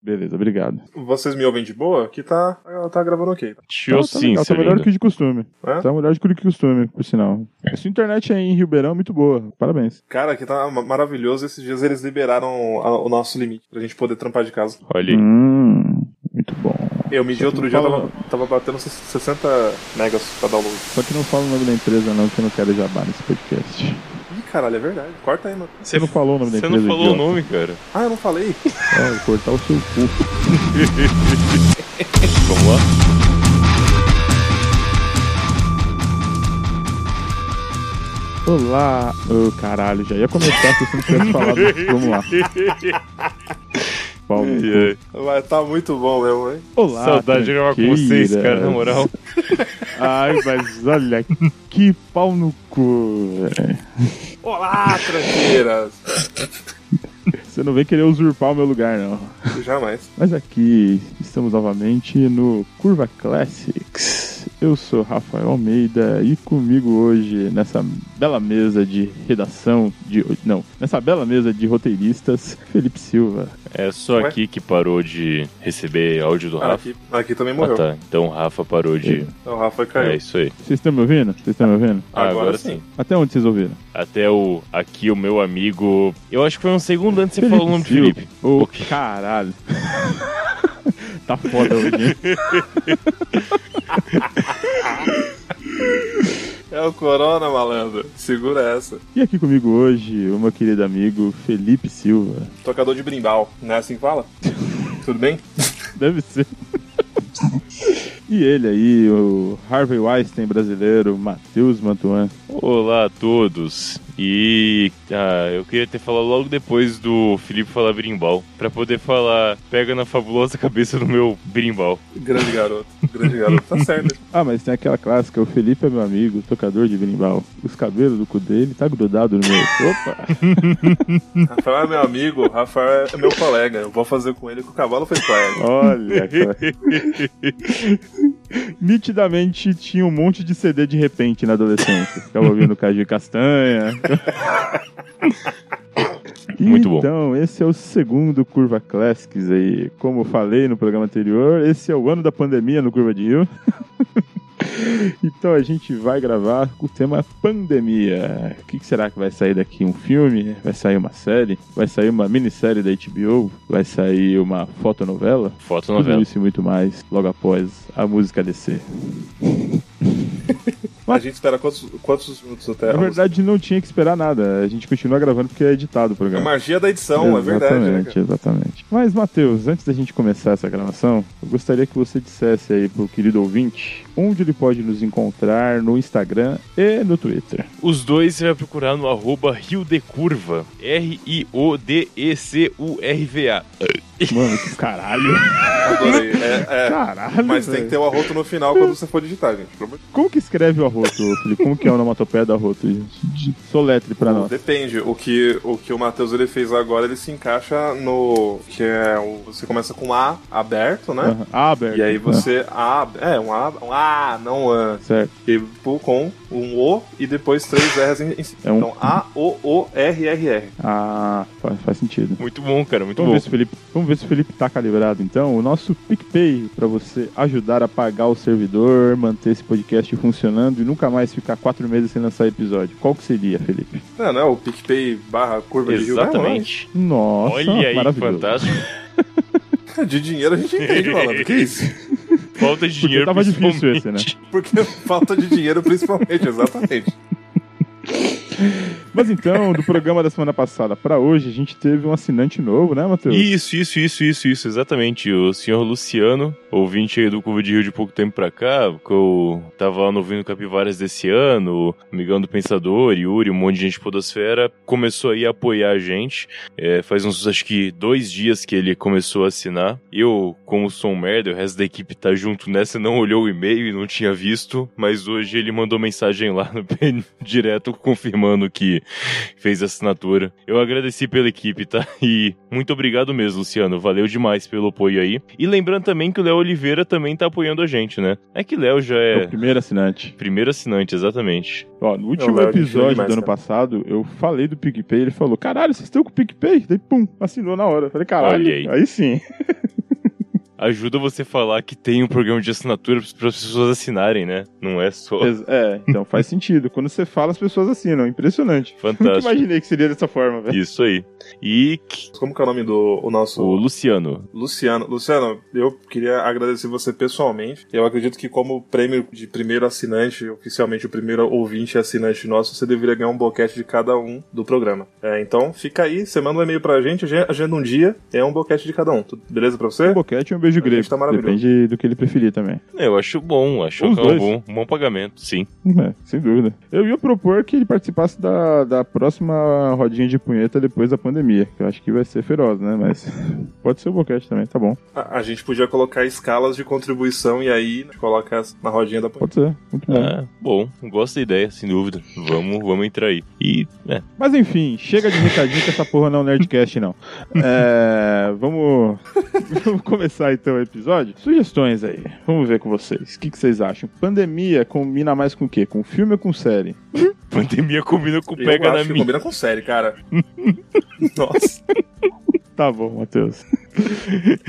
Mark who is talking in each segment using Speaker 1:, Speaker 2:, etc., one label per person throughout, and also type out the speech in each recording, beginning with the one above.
Speaker 1: Beleza, obrigado.
Speaker 2: Vocês me ouvem de boa? Que tá. Ela tá gravando ok.
Speaker 1: Tio
Speaker 3: tá legal,
Speaker 1: Cíncer
Speaker 3: tá melhor
Speaker 1: ainda.
Speaker 3: que o de costume.
Speaker 2: Hã?
Speaker 3: Tá melhor do que o de costume, por sinal. A sua internet aí em Ribeirão é muito boa. Parabéns.
Speaker 2: Cara, aqui tá ma- maravilhoso. Esses dias eles liberaram a- o nosso limite pra gente poder trampar de casa.
Speaker 1: Olha aí.
Speaker 3: Hum, muito bom.
Speaker 2: Eu medi outro dia,
Speaker 3: fala-
Speaker 2: tava, tava batendo 60 megas pra download.
Speaker 3: Só que não fala o nome da empresa, não, que eu não quero jabá nesse podcast.
Speaker 2: Ih, caralho, é verdade. Corta aí, mano.
Speaker 3: Você não falou o nome da
Speaker 1: Você
Speaker 3: empresa?
Speaker 1: não falou o
Speaker 3: idiota.
Speaker 1: nome, cara.
Speaker 2: Ah, eu não falei?
Speaker 3: É, cortar o seu cu.
Speaker 1: Vamos lá.
Speaker 3: Olá. Ô, caralho, já ia começar se você não tivesse falado. Vamos lá. Pau no cu.
Speaker 1: E aí?
Speaker 2: Mas tá muito bom mesmo, hein?
Speaker 3: Olá,
Speaker 1: Saudade de gravar com vocês,
Speaker 3: tranqueiras.
Speaker 1: cara, na moral.
Speaker 3: Ai, mas olha que pau no cu. velho.
Speaker 2: Olá, tranqueiras!
Speaker 3: Você não vem querer usurpar o meu lugar, não.
Speaker 2: Jamais.
Speaker 3: Mas aqui estamos novamente no Curva Classics. Eu sou Rafael Almeida e comigo hoje nessa bela mesa de redação de não, nessa bela mesa de roteiristas, Felipe Silva.
Speaker 1: É só
Speaker 2: Ué?
Speaker 1: aqui que parou de receber áudio do
Speaker 2: Ah,
Speaker 1: Rafa.
Speaker 2: aqui, aqui também
Speaker 1: Ah,
Speaker 2: morreu. Então
Speaker 1: tá. Então o Rafa parou de.
Speaker 2: O Rafa
Speaker 1: É
Speaker 2: caiu.
Speaker 1: isso aí.
Speaker 3: Vocês estão me ouvindo? Vocês estão me ouvindo?
Speaker 1: Ah,
Speaker 2: Agora
Speaker 1: agora,
Speaker 2: sim.
Speaker 1: sim.
Speaker 3: Até onde vocês ouviram?
Speaker 1: Até o. Aqui o meu amigo. Eu acho que foi um segundo antes que você falou o nome do
Speaker 3: Silva.
Speaker 1: Felipe.
Speaker 3: Ô,
Speaker 1: Ok.
Speaker 3: caralho. tá foda hoje, hein?
Speaker 2: É o Corona, malandro. Segura essa.
Speaker 3: E aqui comigo hoje, o meu querido amigo Felipe Silva.
Speaker 2: Tocador de brimbal, não é assim que fala? Tudo bem?
Speaker 3: Deve ser. E ele aí, o Harvey Weinstein brasileiro, Matheus Mantuan.
Speaker 1: Olá a todos. E ah, eu queria ter falado logo depois do Felipe falar berimbau, pra poder falar, pega na fabulosa cabeça do meu berimbau.
Speaker 2: Grande garoto. Grande garoto. Tá certo.
Speaker 3: Ah, mas tem aquela clássica, o Felipe é meu amigo, tocador de berimbau. Os cabelos do cu dele tá grudado no meu. Opa!
Speaker 2: Rafael é meu amigo, Rafael é meu colega. Eu vou fazer com ele o que o cavalo fez com ele.
Speaker 3: Olha, cara. Nitidamente tinha um monte de CD de repente na adolescência. Ficava ouvindo Caju e Castanha.
Speaker 1: Muito bom.
Speaker 3: Então, esse é o segundo Curva Classics aí. Como eu falei no programa anterior, esse é o ano da pandemia no Curva de Rio. Então a gente vai gravar com o tema pandemia. O que que será que vai sair daqui? Um filme? Vai sair uma série? Vai sair uma minissérie da HBO? Vai sair uma fotonovela?
Speaker 1: Foto
Speaker 3: Tudo
Speaker 1: novela.
Speaker 3: isso e muito mais logo após a música descer.
Speaker 2: A gente espera quantos, quantos minutos até É, a
Speaker 3: Na verdade, não tinha que esperar nada. A gente continua gravando porque é editado o
Speaker 2: música? É
Speaker 3: programa.
Speaker 2: magia da edição, é verdade. Né,
Speaker 3: Exatamente,
Speaker 2: cara?
Speaker 3: exatamente. Mas, Matheus, antes da gente começar essa gravação, eu gostaria que você dissesse aí pro querido ouvinte onde ele pode nos encontrar no Instagram e no Twitter.
Speaker 1: Os dois você vai procurar no arroba Rio de Curva. R-I-O-D-E-C-U-R-V-A.
Speaker 3: Mano, que caralho.
Speaker 2: Adorei. É, é.
Speaker 3: Caralho.
Speaker 2: Mas tem que ter um- o arroto no final quando você for digitar, gente. Pelo amor de
Speaker 3: Como que escreve o arroto, Felipe? Como que é o onomatopeia do arroto, gente? De- Soletre pra nós.
Speaker 2: Deus. Depende. O que o, que o Matheus ele fez agora, ele se encaixa no. Que é o. Você começa com A aberto, né?
Speaker 3: Aham. Aber.
Speaker 2: E aí você. A, é, um A, um A, não A.
Speaker 3: Ah, certo.
Speaker 2: E pô, com um O e depois três R's em, em cima.
Speaker 3: É um-
Speaker 2: Então A, O, O, R, R, R.
Speaker 3: Ah, faz, faz sentido.
Speaker 1: Muito bom, cara, muito
Speaker 3: Vamos
Speaker 1: bom.
Speaker 3: ver, se o Felipe, vamos ver se o Felipe tá calibrado, então. O nosso PicPay pra você ajudar a pagar o servidor, manter esse podcast funcionando e nunca mais ficar quatro meses sem lançar episódio. Qual que seria, Felipe?
Speaker 2: Não, não é o PicPay barra curva de né? rio mesmo,
Speaker 1: Exatamente.
Speaker 3: Nossa,
Speaker 1: Olha aí,
Speaker 3: maravilhoso.
Speaker 1: fantástico.
Speaker 2: né? De dinheiro a gente entende, malandro. Que isso?
Speaker 1: Falta de
Speaker 3: Porque
Speaker 1: dinheiro
Speaker 3: tava difícil esse, né?
Speaker 1: principalmente.
Speaker 2: Porque falta de dinheiro, principalmente, exatamente.
Speaker 3: Mas então, do programa da semana passada pra hoje, a gente teve um assinante novo, né, Matheus?
Speaker 1: Isso, isso, isso, isso, isso, exatamente. O senhor Luciano, ouvinte aí do Curva de Rio de pouco tempo pra cá, que eu tava lá no Ouvindo Capivaras desse ano, Amigão do Pensador, Yuri, um monte de gente podosfera, começou aí a apoiar a gente. É, faz uns, acho que, dois dias que ele começou a assinar. Eu, como sou um merda, o resto da equipe tá junto nessa, não olhou o e-mail e não tinha visto, mas hoje ele mandou mensagem lá no PN direto confirmando que fez a assinatura. Eu agradeci pela equipe, tá? E muito obrigado mesmo, Luciano. Valeu demais pelo apoio aí. E lembrando também que o Léo Oliveira também tá apoiando a gente, né? É que Léo já
Speaker 3: É o
Speaker 1: é
Speaker 3: primeiro assinante.
Speaker 1: primeiro assinante, exatamente.
Speaker 3: Ó, no último
Speaker 2: Léo, ele foi
Speaker 3: episódio
Speaker 2: demais,
Speaker 3: do ano
Speaker 2: cara.
Speaker 3: passado, eu falei do PicPay, ele falou, caralho, vocês estão com o PicPay? Daí, pum, assinou na hora. Eu falei, caralho,
Speaker 1: Olha aí.
Speaker 3: aí sim.
Speaker 1: ajuda você a falar que tem um programa de assinatura para as pessoas assinarem, né? Não é só.
Speaker 3: Ex- É, então faz sentido. Quando você fala, as pessoas assinam. Impressionante. Nunca
Speaker 1: Fantástico.
Speaker 3: imaginei que seria dessa forma, velho.
Speaker 1: Isso aí. E que-
Speaker 2: Como que é o nome do o nosso
Speaker 1: o Luciano.
Speaker 2: Luciano, Luciano, eu queria agradecer você pessoalmente. Eu acredito que como prêmio de primeiro assinante, oficialmente o primeiro ouvinte e assinante nosso, você deveria ganhar um boquete de cada um do programa. É, então fica aí, você manda um e-mail pra gente, agen- agenda um dia, é um boquete de cada um. Tudo beleza pra
Speaker 3: Um
Speaker 2: você?
Speaker 3: boquete e um beijo
Speaker 2: gente
Speaker 3: grego.
Speaker 2: tá maravilhoso.
Speaker 3: Depende do que ele preferir também.
Speaker 1: Eu acho bom, acho
Speaker 3: Os
Speaker 1: que é um
Speaker 3: dois.
Speaker 1: bom, um bom pagamento, sim.
Speaker 3: É, sem dúvida. Eu ia propor que ele participasse da, da próxima rodinha de punheta depois da pandemia, que eu acho que vai ser feroz, né? Mas pode ser o boquete também, tá bom.
Speaker 2: A, a gente podia colocar escalas de contribuição e aí a gente coloca as- na rodinha da
Speaker 3: Pode ser, muito bom.
Speaker 1: Ah, bom, gosto da ideia, sem dúvida. Vamos, vamos entrar aí. E, é,
Speaker 3: Mas enfim, chega de recadinho que essa porra não é um Nerdcast, não. É, vamos, vamos começar então o episódio. Sugestões aí, vamos ver com vocês. O que, que vocês acham? Pandemia combina mais com o quê? Com filme ou com série?
Speaker 1: pandemia combina com
Speaker 2: Eu acho
Speaker 1: pega na
Speaker 2: que
Speaker 1: minha.
Speaker 2: combina com série, cara. Nossa,
Speaker 3: Tá bom, Matheus.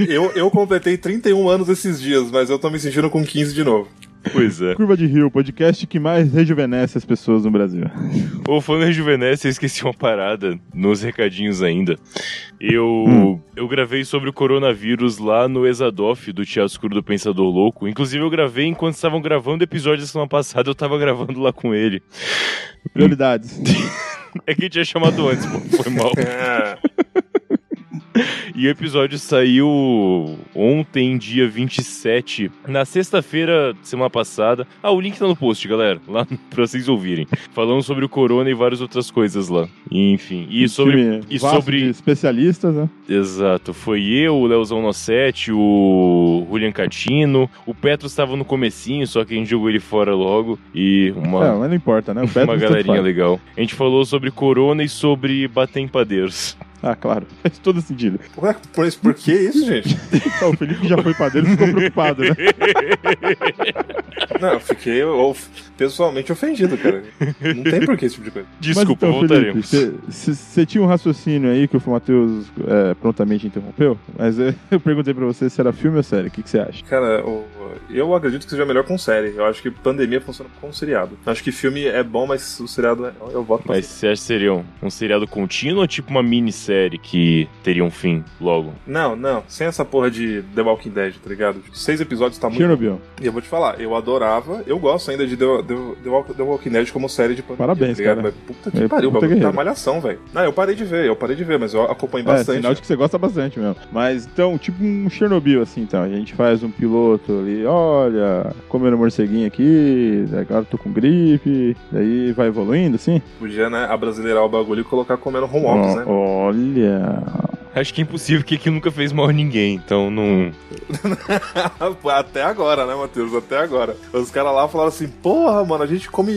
Speaker 2: eu, eu completei 31 anos esses dias, mas eu tô me sentindo com 15 de novo.
Speaker 1: Pois é.
Speaker 3: Curva de Rio, podcast que mais rejuvenesce as pessoas no Brasil.
Speaker 1: Ô, falando em Juvenesce, eu esqueci uma parada nos recadinhos ainda. Eu,
Speaker 3: Hum.
Speaker 1: eu gravei sobre o coronavírus lá no Exadoff do Teatro Escuro do Pensador Louco. Inclusive, eu gravei enquanto estavam gravando o episódio da semana passada, eu tava gravando lá com ele.
Speaker 3: Prioridades.
Speaker 1: É que tinha chamado antes, pô, foi mal.
Speaker 2: É.
Speaker 1: E o episódio saiu ontem, dia 27, na sexta-feira, semana passada. Ah, o link tá no post, galera, lá pra vocês ouvirem. Falando sobre o corona e várias outras coisas lá. Enfim, e sobre...
Speaker 3: Time
Speaker 1: e
Speaker 3: vasto
Speaker 1: sobre-
Speaker 3: de especialistas, né?
Speaker 1: Exato, foi eu, o Leozão Nossetti, o Julian Catino, o Petro estava no comecinho, só que a gente jogou ele fora logo, e uma...
Speaker 3: É, mas não importa, né? O Petro
Speaker 1: Uma
Speaker 3: tanto
Speaker 1: galerinha
Speaker 3: faz.
Speaker 1: legal. A gente falou sobre corona e sobre bater em padeiros.
Speaker 3: Ah, claro. Faz todo sentido.
Speaker 2: Ué, por, por que isso, gente?
Speaker 3: Tá, o Felipe já foi padeiro e ficou preocupado, né?
Speaker 2: Não, eu fiquei of- pessoalmente ofendido, cara. Não tem por que esse tipo de coisa.
Speaker 1: Desculpa,
Speaker 3: Mas então, Felipe,
Speaker 1: voltaremos.
Speaker 3: você tinha um raciocínio aí que o Matheus é, prontamente interrompeu, mas é, eu perguntei pra você se era filme ou série, o que você acha?
Speaker 2: Cara, o- eu acredito que seja melhor com série. Eu acho que pandemia funciona com seriado. Acho que filme é bom, mas o seriado é- eu voto pra
Speaker 1: Mas você acha que seria um, um seriado contínuo ou tipo uma minissérie que teria um fim logo?
Speaker 2: Não, não. Sem essa porra de The Walking Dead, tá ligado? Tipo, seis episódios tá muito.
Speaker 3: Chernobyl,
Speaker 2: E eu vou te falar, eu adorava, eu gosto ainda de The, The- The Walk- The Walking Dead como série de pandemia.
Speaker 3: Parabéns,
Speaker 2: tá ligado?
Speaker 3: cara.
Speaker 2: Mas puta
Speaker 3: É,
Speaker 2: que pariu, o
Speaker 3: puta
Speaker 2: bagulho
Speaker 3: guerreiro.
Speaker 2: tá malhação, velho. Não, eu parei de ver, eu parei de ver, mas eu acompanho
Speaker 3: é,
Speaker 2: bastante.
Speaker 3: sinal de que você gosta bastante mesmo. Mas então, tipo um Chernobyl, assim, então, a gente faz um piloto ali, olha, comendo morceguinho aqui, daí agora tô com gripe, daí vai evoluindo, assim.
Speaker 2: Podia, né, abrasileirar o bagulho e colocar comendo home office, né?
Speaker 3: Ó, Olha,
Speaker 1: Acho que é impossível, porque aqui nunca fez mal a ninguém, então não.
Speaker 2: Até agora, né, Matheus? Até agora. Os caras lá falaram assim: porra, mano, a gente come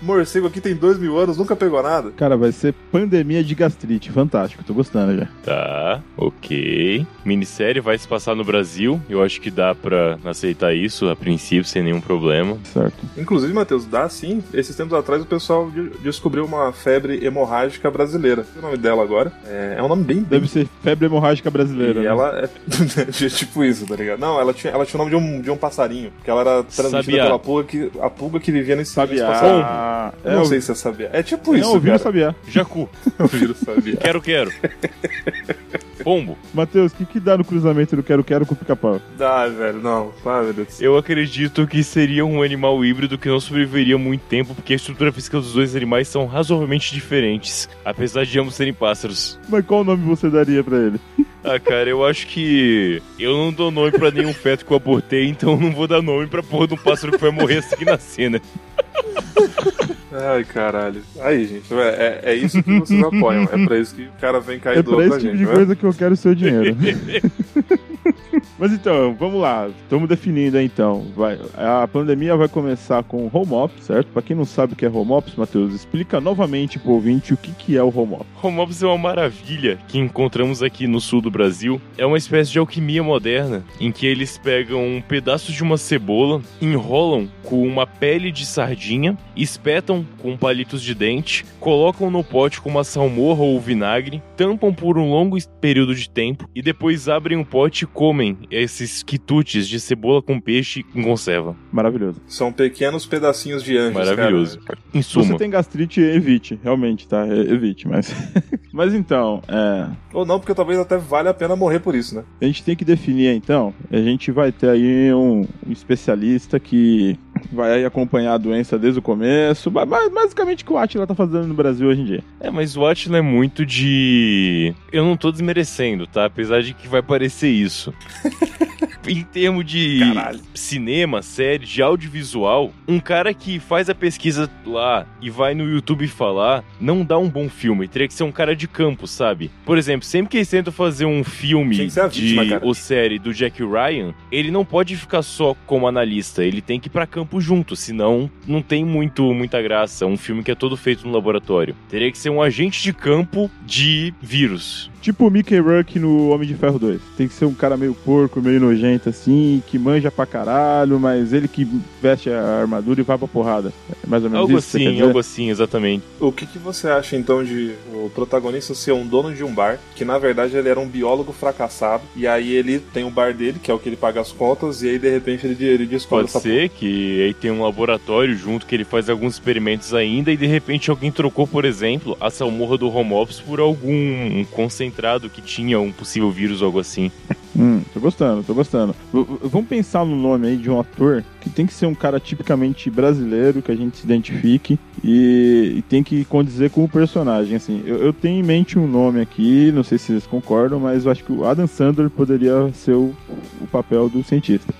Speaker 2: morcego aqui tem dois mil anos, nunca pegou nada.
Speaker 3: cara, vai ser pandemia de gastrite, fantástico, tô gostando já.
Speaker 1: Tá, ok. Minissérie vai se passar no Brasil, eu acho que dá pra aceitar isso a princípio, sem nenhum problema.
Speaker 3: Certo.
Speaker 2: Inclusive, Matheus, dá sim. Esses tempos atrás o pessoal de- descobriu uma febre hemorrágica brasileira. Qual é O nome dela agora é, é um nome bem. bem
Speaker 3: Deve ser febre hemorrágica brasileira.
Speaker 2: e
Speaker 3: né?
Speaker 2: ela é tipo isso, tá ligado? Não, ela tinha, ela tinha o nome de um, de um passarinho, que ela era transmitida
Speaker 1: Sabiá.
Speaker 2: pela pulga que, a pulga que vivia nesse nesse passarinho.
Speaker 3: Sabiá.
Speaker 2: Eu
Speaker 3: É,
Speaker 2: não
Speaker 3: o-
Speaker 2: sei se é sabiá. É tipo
Speaker 3: é
Speaker 2: isso,
Speaker 3: o vírus
Speaker 2: cara.
Speaker 3: sabiá.
Speaker 1: Jacu,
Speaker 2: O vírus sabiá.
Speaker 1: quero, quero. Pombo,
Speaker 3: Matheus, o que, que dá no cruzamento do quero-quero com o pica-pau?
Speaker 2: Ah, velho, não. Ah, meu Deus.
Speaker 1: eu acredito que seria um animal híbrido que não sobreviveria muito tempo, porque a estrutura física dos dois animais são razoavelmente diferentes, apesar de ambos serem pássaros.
Speaker 3: Mas qual nome você daria pra ele?
Speaker 1: Ah, cara, eu acho que eu não dou nome pra nenhum feto que eu abortei, então eu não vou dar nome pra porra de um pássaro que vai morrer assim na cena.
Speaker 2: Ai, caralho. Aí, gente, é, é- é isso que vocês apoiam. É pra isso que o cara vem cair
Speaker 3: é
Speaker 2: do
Speaker 3: pra
Speaker 2: outro
Speaker 3: esse
Speaker 2: pra
Speaker 3: tipo
Speaker 2: gente.
Speaker 3: de
Speaker 2: né?
Speaker 3: coisa que eu quero o seu dinheiro. Mas então, vamos lá. Estamos definindo aí, então. Vai, a pandemia vai começar com home office, certo? Pra quem não sabe o que é home office, Matheus, explica novamente pro ouvinte o que, que é o home office.
Speaker 1: Home office é uma maravilha que encontramos aqui no sul do Brasil. É uma espécie de alquimia moderna em que eles pegam um pedaço de uma cebola, enrolam com uma pele de sardinha, espetam com palitos de dente, colocam no pote com uma salmorra ou vinagre, tampam por um longo período de tempo e depois abrem o pote e comem esses quitutes de cebola com peixe com conserva.
Speaker 3: Maravilhoso.
Speaker 2: São pequenos pedacinhos de anjos,
Speaker 1: Maravilhoso.
Speaker 2: cara.
Speaker 1: Em
Speaker 3: Se você
Speaker 1: suma,
Speaker 3: tem gastrite, evite, realmente, tá? E- Evite, mas. mas então, é,
Speaker 2: Ou não, porque talvez até valha a pena morrer por isso, né?
Speaker 3: a gente tem que definir então. A gente vai ter aí um, um especialista que vai aí acompanhar a doença desde o começo. ba- ba- Basicamente o que o Atila tá fazendo no Brasil hoje em dia.
Speaker 1: é, mas o Atila é muito de. Eu não tô desmerecendo, tá? Apesar de que vai parecer isso. em termos de
Speaker 2: Caralho.
Speaker 1: cinema, série, de audiovisual, um cara que faz a pesquisa lá e vai no YouTube falar, não dá um bom filme. Teria que ser um cara de campo, sabe? Por exemplo, sempre que eles tentam fazer um
Speaker 2: Tinha
Speaker 1: filme
Speaker 2: que ser a vítima,
Speaker 1: de,
Speaker 2: cara.
Speaker 1: ou série do Jack Ryan, ele não pode ficar só como analista, ele tem que ir pra campo junto, senão não tem muito muita graça. Um filme que é todo feito no laboratório. Teria que ser um agente de campo de vírus.
Speaker 3: Tipo o Mickey Rourke no Homem de Ferro 2. Tem que ser um cara meio porco, meio nojento assim, que manja pra caralho, mas ele que veste a armadura e vai pra porrada. É mais ou menos
Speaker 1: Algo
Speaker 3: isso. que você quer
Speaker 1: assim,
Speaker 3: dizer?
Speaker 1: algo assim, exatamente.
Speaker 2: O que, que você acha então de o protagonista ser um dono de um bar, que na verdade ele era um biólogo fracassado, e aí ele tem o bar dele, que é o que ele paga as contas, e aí de repente ele, ele descobre
Speaker 1: Pode
Speaker 2: essa
Speaker 1: ser que aí tem um laboratório junto que ele faz alguns experimentos ainda e de repente alguém trocou, por exemplo, a salmorra do home office por algum um concentrado que tinha um possível vírus ou algo assim.
Speaker 3: Hum, tô gostando, tô gostando. V- v- vamos pensar no nome aí de um ator que tem que ser um cara tipicamente brasileiro, que a gente se identifique e, e tem que condizer com o personagem, assim. Eu, eu tenho em mente um nome aqui, não sei se vocês concordam, mas eu acho que o Adam Sandler poderia ser o, o papel do cientista.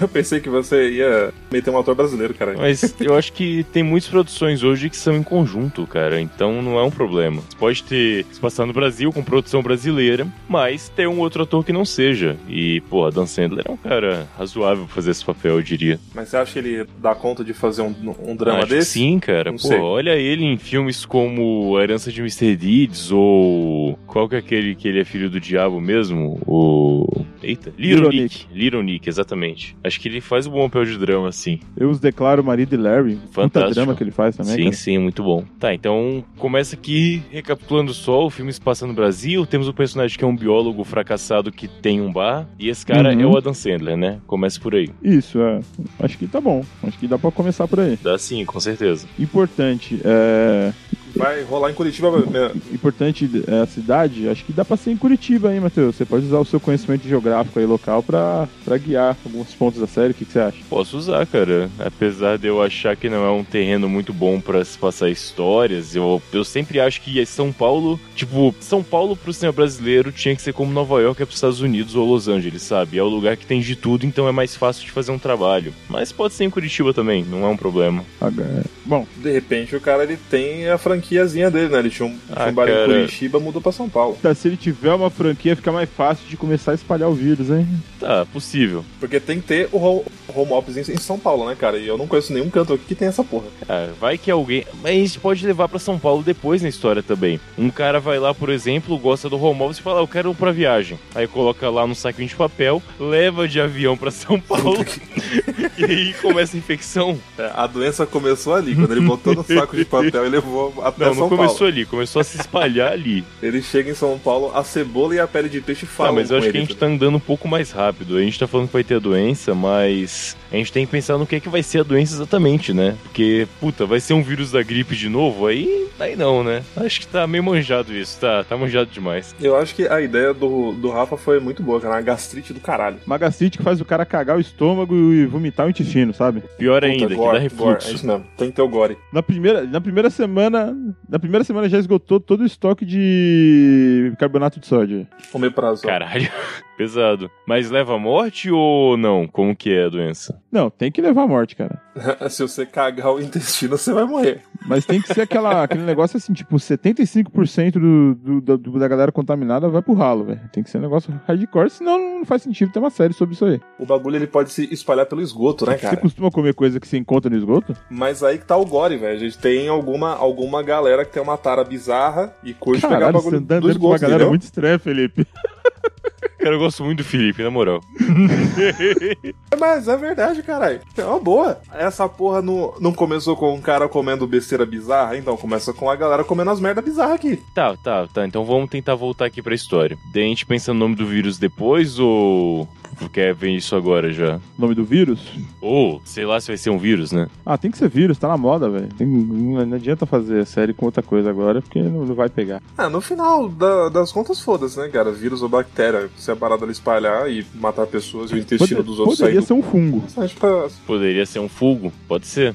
Speaker 2: Eu pensei que você ia meter um ator brasileiro, cara.
Speaker 1: Mas eu acho que tem muitas produções hoje que são em conjunto, cara, então não é um problema. Você pode ter se passar no Brasil com produção brasileira, mas ter um outro ator que não seja. E, pô, Dan Sandler é um cara razoável pra fazer esse papel, eu diria.
Speaker 2: Mas você acha que ele dá conta de fazer um, um drama
Speaker 1: Acho que
Speaker 2: desse?
Speaker 1: Sim, cara.
Speaker 2: Não
Speaker 1: Pô,
Speaker 2: sei.
Speaker 1: olha ele em filmes como A Herança de Mr. Deeds ou. Qual que é aquele que ele é filho do diabo mesmo? O. Eita, Little,
Speaker 3: Little
Speaker 1: Nick. Little Nick, exatamente. Acho que ele faz um bom papel de drama, assim.
Speaker 3: Eu os declaro marido e Larry. Puta
Speaker 1: Fantástico.
Speaker 3: drama que ele faz também,
Speaker 1: sim,
Speaker 3: cara.
Speaker 1: sim, muito bom. Tá, então começa aqui recapitulando só: o filme se passa no Brasil. Temos um personagem que é um biólogo fracassado que tem um bar. E esse cara
Speaker 3: Uhum.
Speaker 1: é o Adam Sandler, né? Começa por aí.
Speaker 3: Isso, é. Acho que tá bom. Acho que dá pra começar por aí.
Speaker 1: Dá sim, com certeza.
Speaker 3: Importante, é...
Speaker 2: Vai rolar em Curitiba né?
Speaker 3: importante é a cidade, acho que dá pra ser em Curitiba, hein, Matheus? Você pode usar o seu conhecimento geográfico aí local pra, pra guiar alguns pontos da série, o que, que você acha?
Speaker 1: Posso usar, cara. Apesar de eu achar que não é um terreno muito bom pra se passar histórias, eu, eu sempre acho que São Paulo, tipo, São Paulo pro cinema brasileiro tinha que ser como Nova York é pros Estados Unidos ou Los Angeles, sabe? É o lugar que tem de tudo, então é mais fácil de fazer um trabalho. Mas pode ser em Curitiba também, não é um problema.
Speaker 3: Agora- Bom,
Speaker 2: De repente o cara ele tem a franquiazinha dele, né? Ele tinha um,
Speaker 1: Ah,
Speaker 2: tinha um bar em
Speaker 1: cara.
Speaker 2: Curitiba, mudou pra São Paulo.
Speaker 3: tá, se ele tiver uma franquia, fica mais fácil de começar a espalhar o vírus, hein?
Speaker 1: Tá, possível.
Speaker 2: Porque tem que ter o ho- home office em em São Paulo, né, cara? E eu não conheço nenhum canto aqui que tem essa porra.
Speaker 1: Ah, vai que alguém. Mas isso pode levar pra São Paulo depois na história também. Um cara vai lá, por exemplo, gosta do home office e fala, "Ah, eu quero um pra viagem. Aí coloca lá no saquinho de papel, leva de avião pra São Paulo e aí começa a infecção.
Speaker 2: É, a doença começou ali, quando ele botou no saco de papel e levou até
Speaker 1: Não, não
Speaker 2: É São
Speaker 1: começou
Speaker 2: Paulo.
Speaker 1: ali, começou a se espalhar ali.
Speaker 2: Ele chega em São Paulo, a cebola e a pele de peixe
Speaker 1: Tá,
Speaker 2: falam
Speaker 1: mas eu
Speaker 2: com
Speaker 1: acho que a
Speaker 2: ele.
Speaker 1: gente tá andando um pouco mais rápido. A gente tá falando que vai ter a doença, mas a gente tem que pensar no que é que vai ser a doença exatamente, né? Porque, puta, vai ser um vírus da gripe de novo? Aí, aí não, né? Acho que tá meio manjado isso, tá, tá manjado demais.
Speaker 2: Eu acho que a ideia do, do Rafa foi muito boa, cara. Uma gastrite do caralho.
Speaker 3: Magacite que faz o cara cagar o estômago e vomitar o intestino, sabe?
Speaker 1: Pior
Speaker 2: Puta,
Speaker 1: ainda,
Speaker 2: gore,
Speaker 1: que dá
Speaker 2: gore, é
Speaker 1: refluxo.
Speaker 2: isso mesmo. Tem que ter o gore.
Speaker 3: Na primeira, na primeira semana, na primeira semana já esgotou todo o estoque de carbonato de sódio.
Speaker 2: Comer prazo.
Speaker 1: Caralho, pesado. Mas leva à morte ou não? Como que é a doença?
Speaker 3: Não, tem que levar a morte, cara.
Speaker 2: Se você cagar o intestino, você vai morrer.
Speaker 3: Mas tem que ser aquela, aquele negócio assim, tipo, 75% do, do- da- do- da galera contaminada vai pro ralo, velho. Tem que ser um negócio hardcore, senão não faz sentido ter uma série sobre isso aí.
Speaker 2: O bagulho ele pode se espalhar pelo esgoto, né,
Speaker 3: Você
Speaker 2: cara?
Speaker 3: costuma comer coisa que você encontra no esgoto?
Speaker 2: Mas aí que tá o gore, velho. A gente tem alguma, alguma galera que tem uma tara bizarra e curte pegar
Speaker 3: Caralho,
Speaker 2: bagulho
Speaker 3: você tá
Speaker 2: do
Speaker 3: andando com uma
Speaker 2: esgoto,
Speaker 3: galera
Speaker 2: entendeu?
Speaker 3: muito estranha, Felipe.
Speaker 1: Cara, eu gosto muito do Felipe, na moral.
Speaker 2: Mas é verdade, caralho. É uma boa. Essa porra não, não começou com um cara comendo besteira bizarra? Então, começa com a galera comendo as merda bizarra aqui.
Speaker 1: Tá, tá, tá. Então vamos tentar voltar aqui pra história. Daí a gente pensa no nome do vírus depois ou. Quer ver isso agora já?
Speaker 3: Nome do vírus?
Speaker 1: Ou, sei lá se vai ser um vírus, né?
Speaker 3: Ah, tem que ser vírus, tá na moda, velho. Tem- Não não adianta fazer série com outra coisa agora, porque não não vai pegar.
Speaker 2: Ah, no final da- das contas, foda-se, né, cara? Vírus ou bactéria. Se a parada ela espalhar e matar pessoas e o intestino
Speaker 3: Pode-
Speaker 2: dos outros
Speaker 3: poderia
Speaker 2: sair
Speaker 3: ser um fungo.
Speaker 2: do... Acho pra...
Speaker 1: Poderia ser um fungo? Pode ser.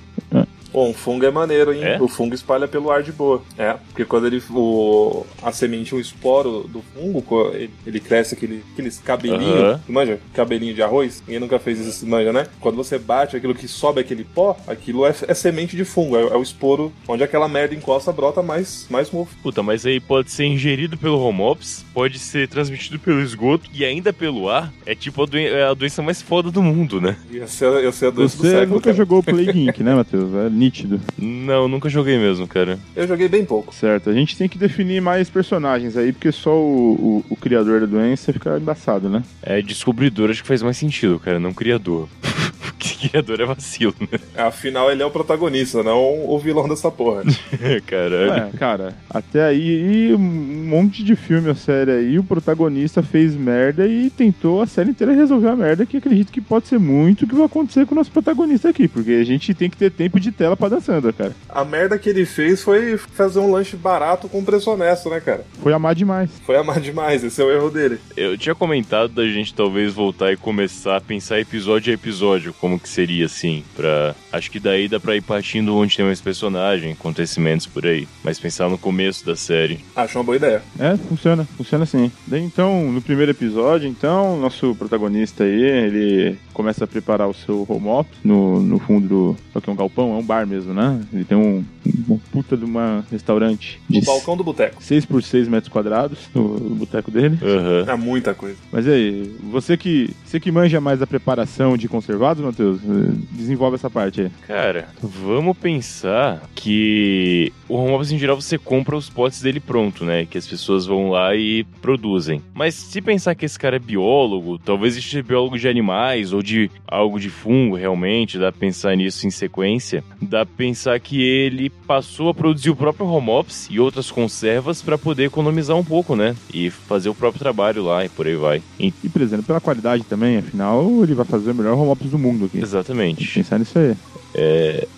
Speaker 2: Pô, um fungo é maneiro, hein?
Speaker 1: É?
Speaker 2: O fungo espalha pelo ar de boa. É, porque quando ele. O, a semente, o esporo do fungo, co- ele, ele cresce aquele, aqueles cabelinhos.
Speaker 1: Aham.
Speaker 2: Tu Manja? Cabelinho de arroz? Ninguém nunca fez isso, manja, né? Quando você bate aquilo que sobe aquele pó, aquilo é, é semente de fungo. É, é o esporo onde aquela merda encosta, brota mais, mais mofo.
Speaker 1: Puta, mas aí pode ser ingerido pelo homops, pode ser transmitido pelo esgoto e ainda pelo ar. É tipo a, doen- é a doença mais foda do mundo, né?
Speaker 2: Ia ser, ia ser é a doença do
Speaker 3: Você
Speaker 2: século,
Speaker 3: nunca
Speaker 2: cara.
Speaker 3: jogou Plague Inc, né, Matheus? É nítido.
Speaker 1: Não, nunca joguei mesmo, cara.
Speaker 2: Eu joguei bem pouco.
Speaker 3: Certo, a gente tem que definir mais personagens aí, porque só o, o- o criador da doença fica embaçado, né?
Speaker 1: É descobridor, acho que faz mais sentido, cara, não criador. Porque criador é vacilo,
Speaker 2: Afinal, ele é o protagonista, não o vilão dessa porra.
Speaker 1: né, caralho?
Speaker 3: É, cara, até aí e um monte de filme ou série aí, o protagonista fez merda e tentou a série inteira resolver a merda, que acredito que pode ser muito o que vai acontecer com o nosso protagonista aqui, porque a gente tem que ter tempo de tela pra dar Sandra, cara.
Speaker 2: A merda que ele fez foi fazer um lanche barato com preço honesto, né, cara?
Speaker 3: Foi amar demais.
Speaker 2: Foi amar demais, esse é o erro dele.
Speaker 1: Eu tinha comentado da gente talvez voltar e começar a pensar episódio a episódio, como que seria assim, pra... Acho que daí dá pra ir partindo onde tem mais personagem, acontecimentos por aí. Mas pensar no começo da série.
Speaker 2: Acho uma boa ideia.
Speaker 3: É, funciona, funciona assim. Daí, então, no primeiro episódio, então, nosso protagonista aí, ele começa a preparar o seu home office no, no fundo do. É o que é um galpão? É um bar mesmo, né? Ele tem um, uma puta de uma restaurante de
Speaker 2: O Um balcão do boteco.
Speaker 3: 6 por 6 metros quadrados no, no boteco dele.
Speaker 1: Aham.
Speaker 2: É muita coisa.
Speaker 3: Mas e aí, você que, você que manja mais da preparação de conservados, Matheus, eh, desenvolve essa parte aí.
Speaker 1: Cara, vamos pensar que o home office em geral você compra os potes dele pronto, né? Que as pessoas vão lá e produzem. Mas se pensar que esse cara é biólogo, talvez seja biólogo de animais ou de algo de fungo realmente, dá pra pensar nisso em sequência. Dá pra pensar que ele passou a produzir o próprio home office e outras conservas pra poder economizar um pouco, né? E fazer o próprio trabalho lá e por aí vai. E-
Speaker 3: E, por exemplo, pela qualidade também, afinal, ele vai fazer o melhor home office do mundo aqui. Tem que
Speaker 1: Exatamente.
Speaker 3: pensar nisso aí.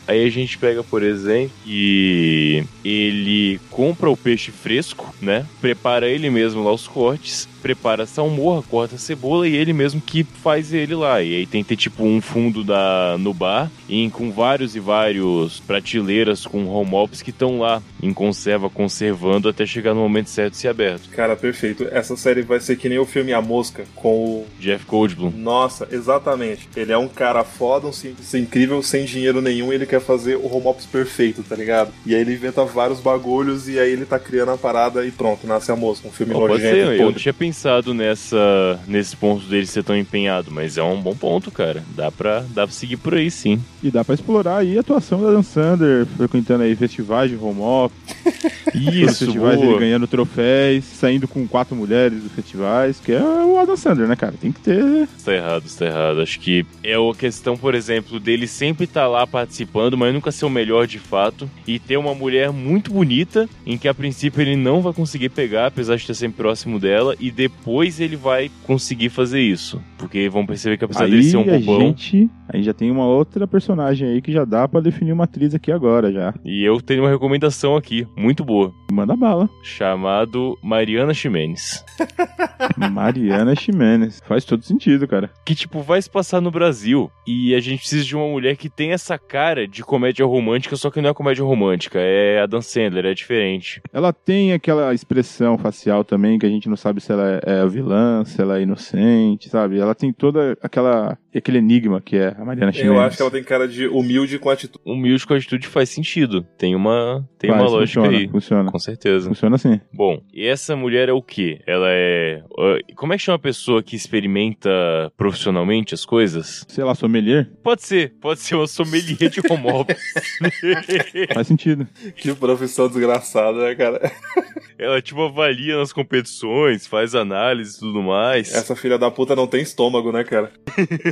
Speaker 1: Aí a gente pega, por exemplo, que ele compra o peixe fresco, né? Prepara ele mesmo lá os cortes, prepara a salmorra, corta a cebola e ele mesmo que faz ele lá. E aí tem que ter tipo um fundo da, no bar e com vários e vários prateleiras com home office que estão lá em conserva, conservando até chegar no momento certo de ser aberto.
Speaker 2: Cara, perfeito. Essa série vai ser que nem o filme A Mosca, com o.
Speaker 1: Jeff Goldblum.
Speaker 2: Nossa, exatamente. Ele é um cara foda, um cientista incrível, sem dinheiro nenhum, e ele quer fazer o home office perfeito, tá ligado? E aí ele inventa vários bagulhos e aí ele tá criando a parada e pronto, nasce a mosca. Um filme
Speaker 1: Ó, pode
Speaker 2: nojento.
Speaker 1: ser,
Speaker 2: e
Speaker 1: eu não
Speaker 2: podre.
Speaker 1: tinha pensado nessa, nesse ponto dele ser tão empenhado, mas é um bom ponto, cara. Dá pra, dá pra seguir por aí sim.
Speaker 3: E dá pra explorar aí a atuação da Dan Sander, frequentando aí festivais de home office, pelos
Speaker 1: Isso,
Speaker 3: festivais
Speaker 1: boa.
Speaker 3: ele ganhando troféus, saindo com quatro mulheres dos festivais, que é o Adam Sander, né, cara? Tem que ter.
Speaker 1: Está Tá errado, está errado. Acho que é a questão, por exemplo, dele sempre estar lá participando, mas nunca ser o melhor de fato. E ter uma mulher muito bonita, em que a princípio ele não vai conseguir pegar, apesar de estar sempre próximo dela, e depois ele vai conseguir fazer isso. Porque vão perceber que apesar dele
Speaker 3: Aí
Speaker 1: ser um
Speaker 3: a
Speaker 1: bobão.
Speaker 3: gente. Aí já tem uma outra personagem aí que já dá pra definir uma atriz aqui agora já.
Speaker 1: E eu tenho uma recomendação aqui, muito boa,
Speaker 3: Manda bala.
Speaker 1: chamado Mariana Ximenes.
Speaker 3: Mariana Ximenes. Faz todo sentido, cara.
Speaker 1: que, tipo, vai se passar no Brasil. E a gente precisa de uma mulher que tem essa cara de comédia romântica, só que não é comédia romântica, é a Dan Sandler, é diferente.
Speaker 3: Ela tem aquela expressão facial também, que a gente não sabe se ela é vilã, se ela é inocente, sabe? Ela tem toda aquela e aquele enigma que é a Mariana Chimenez.
Speaker 2: Eu acho que ela tem cara de humilde com atitude.
Speaker 1: Humilde com atitude faz sentido. Tem uma, tem
Speaker 3: Faz,
Speaker 1: uma lógica
Speaker 3: funciona,
Speaker 1: aí.
Speaker 3: Funciona.
Speaker 1: Com certeza.
Speaker 3: Funciona assim.
Speaker 1: Bom, e essa mulher é o quê? Ela é. ah, Como é que chama a pessoa que experimenta profissionalmente as coisas?
Speaker 3: Sei lá, sommelier?
Speaker 1: Pode ser, pode ser uma sommelier de home office.
Speaker 3: Faz sentido.
Speaker 2: Que profissão desgraçada, né, cara?
Speaker 1: Ela, tipo, avalia nas competições, faz análise e tudo mais.
Speaker 2: Essa filha da puta não tem estômago, né, cara?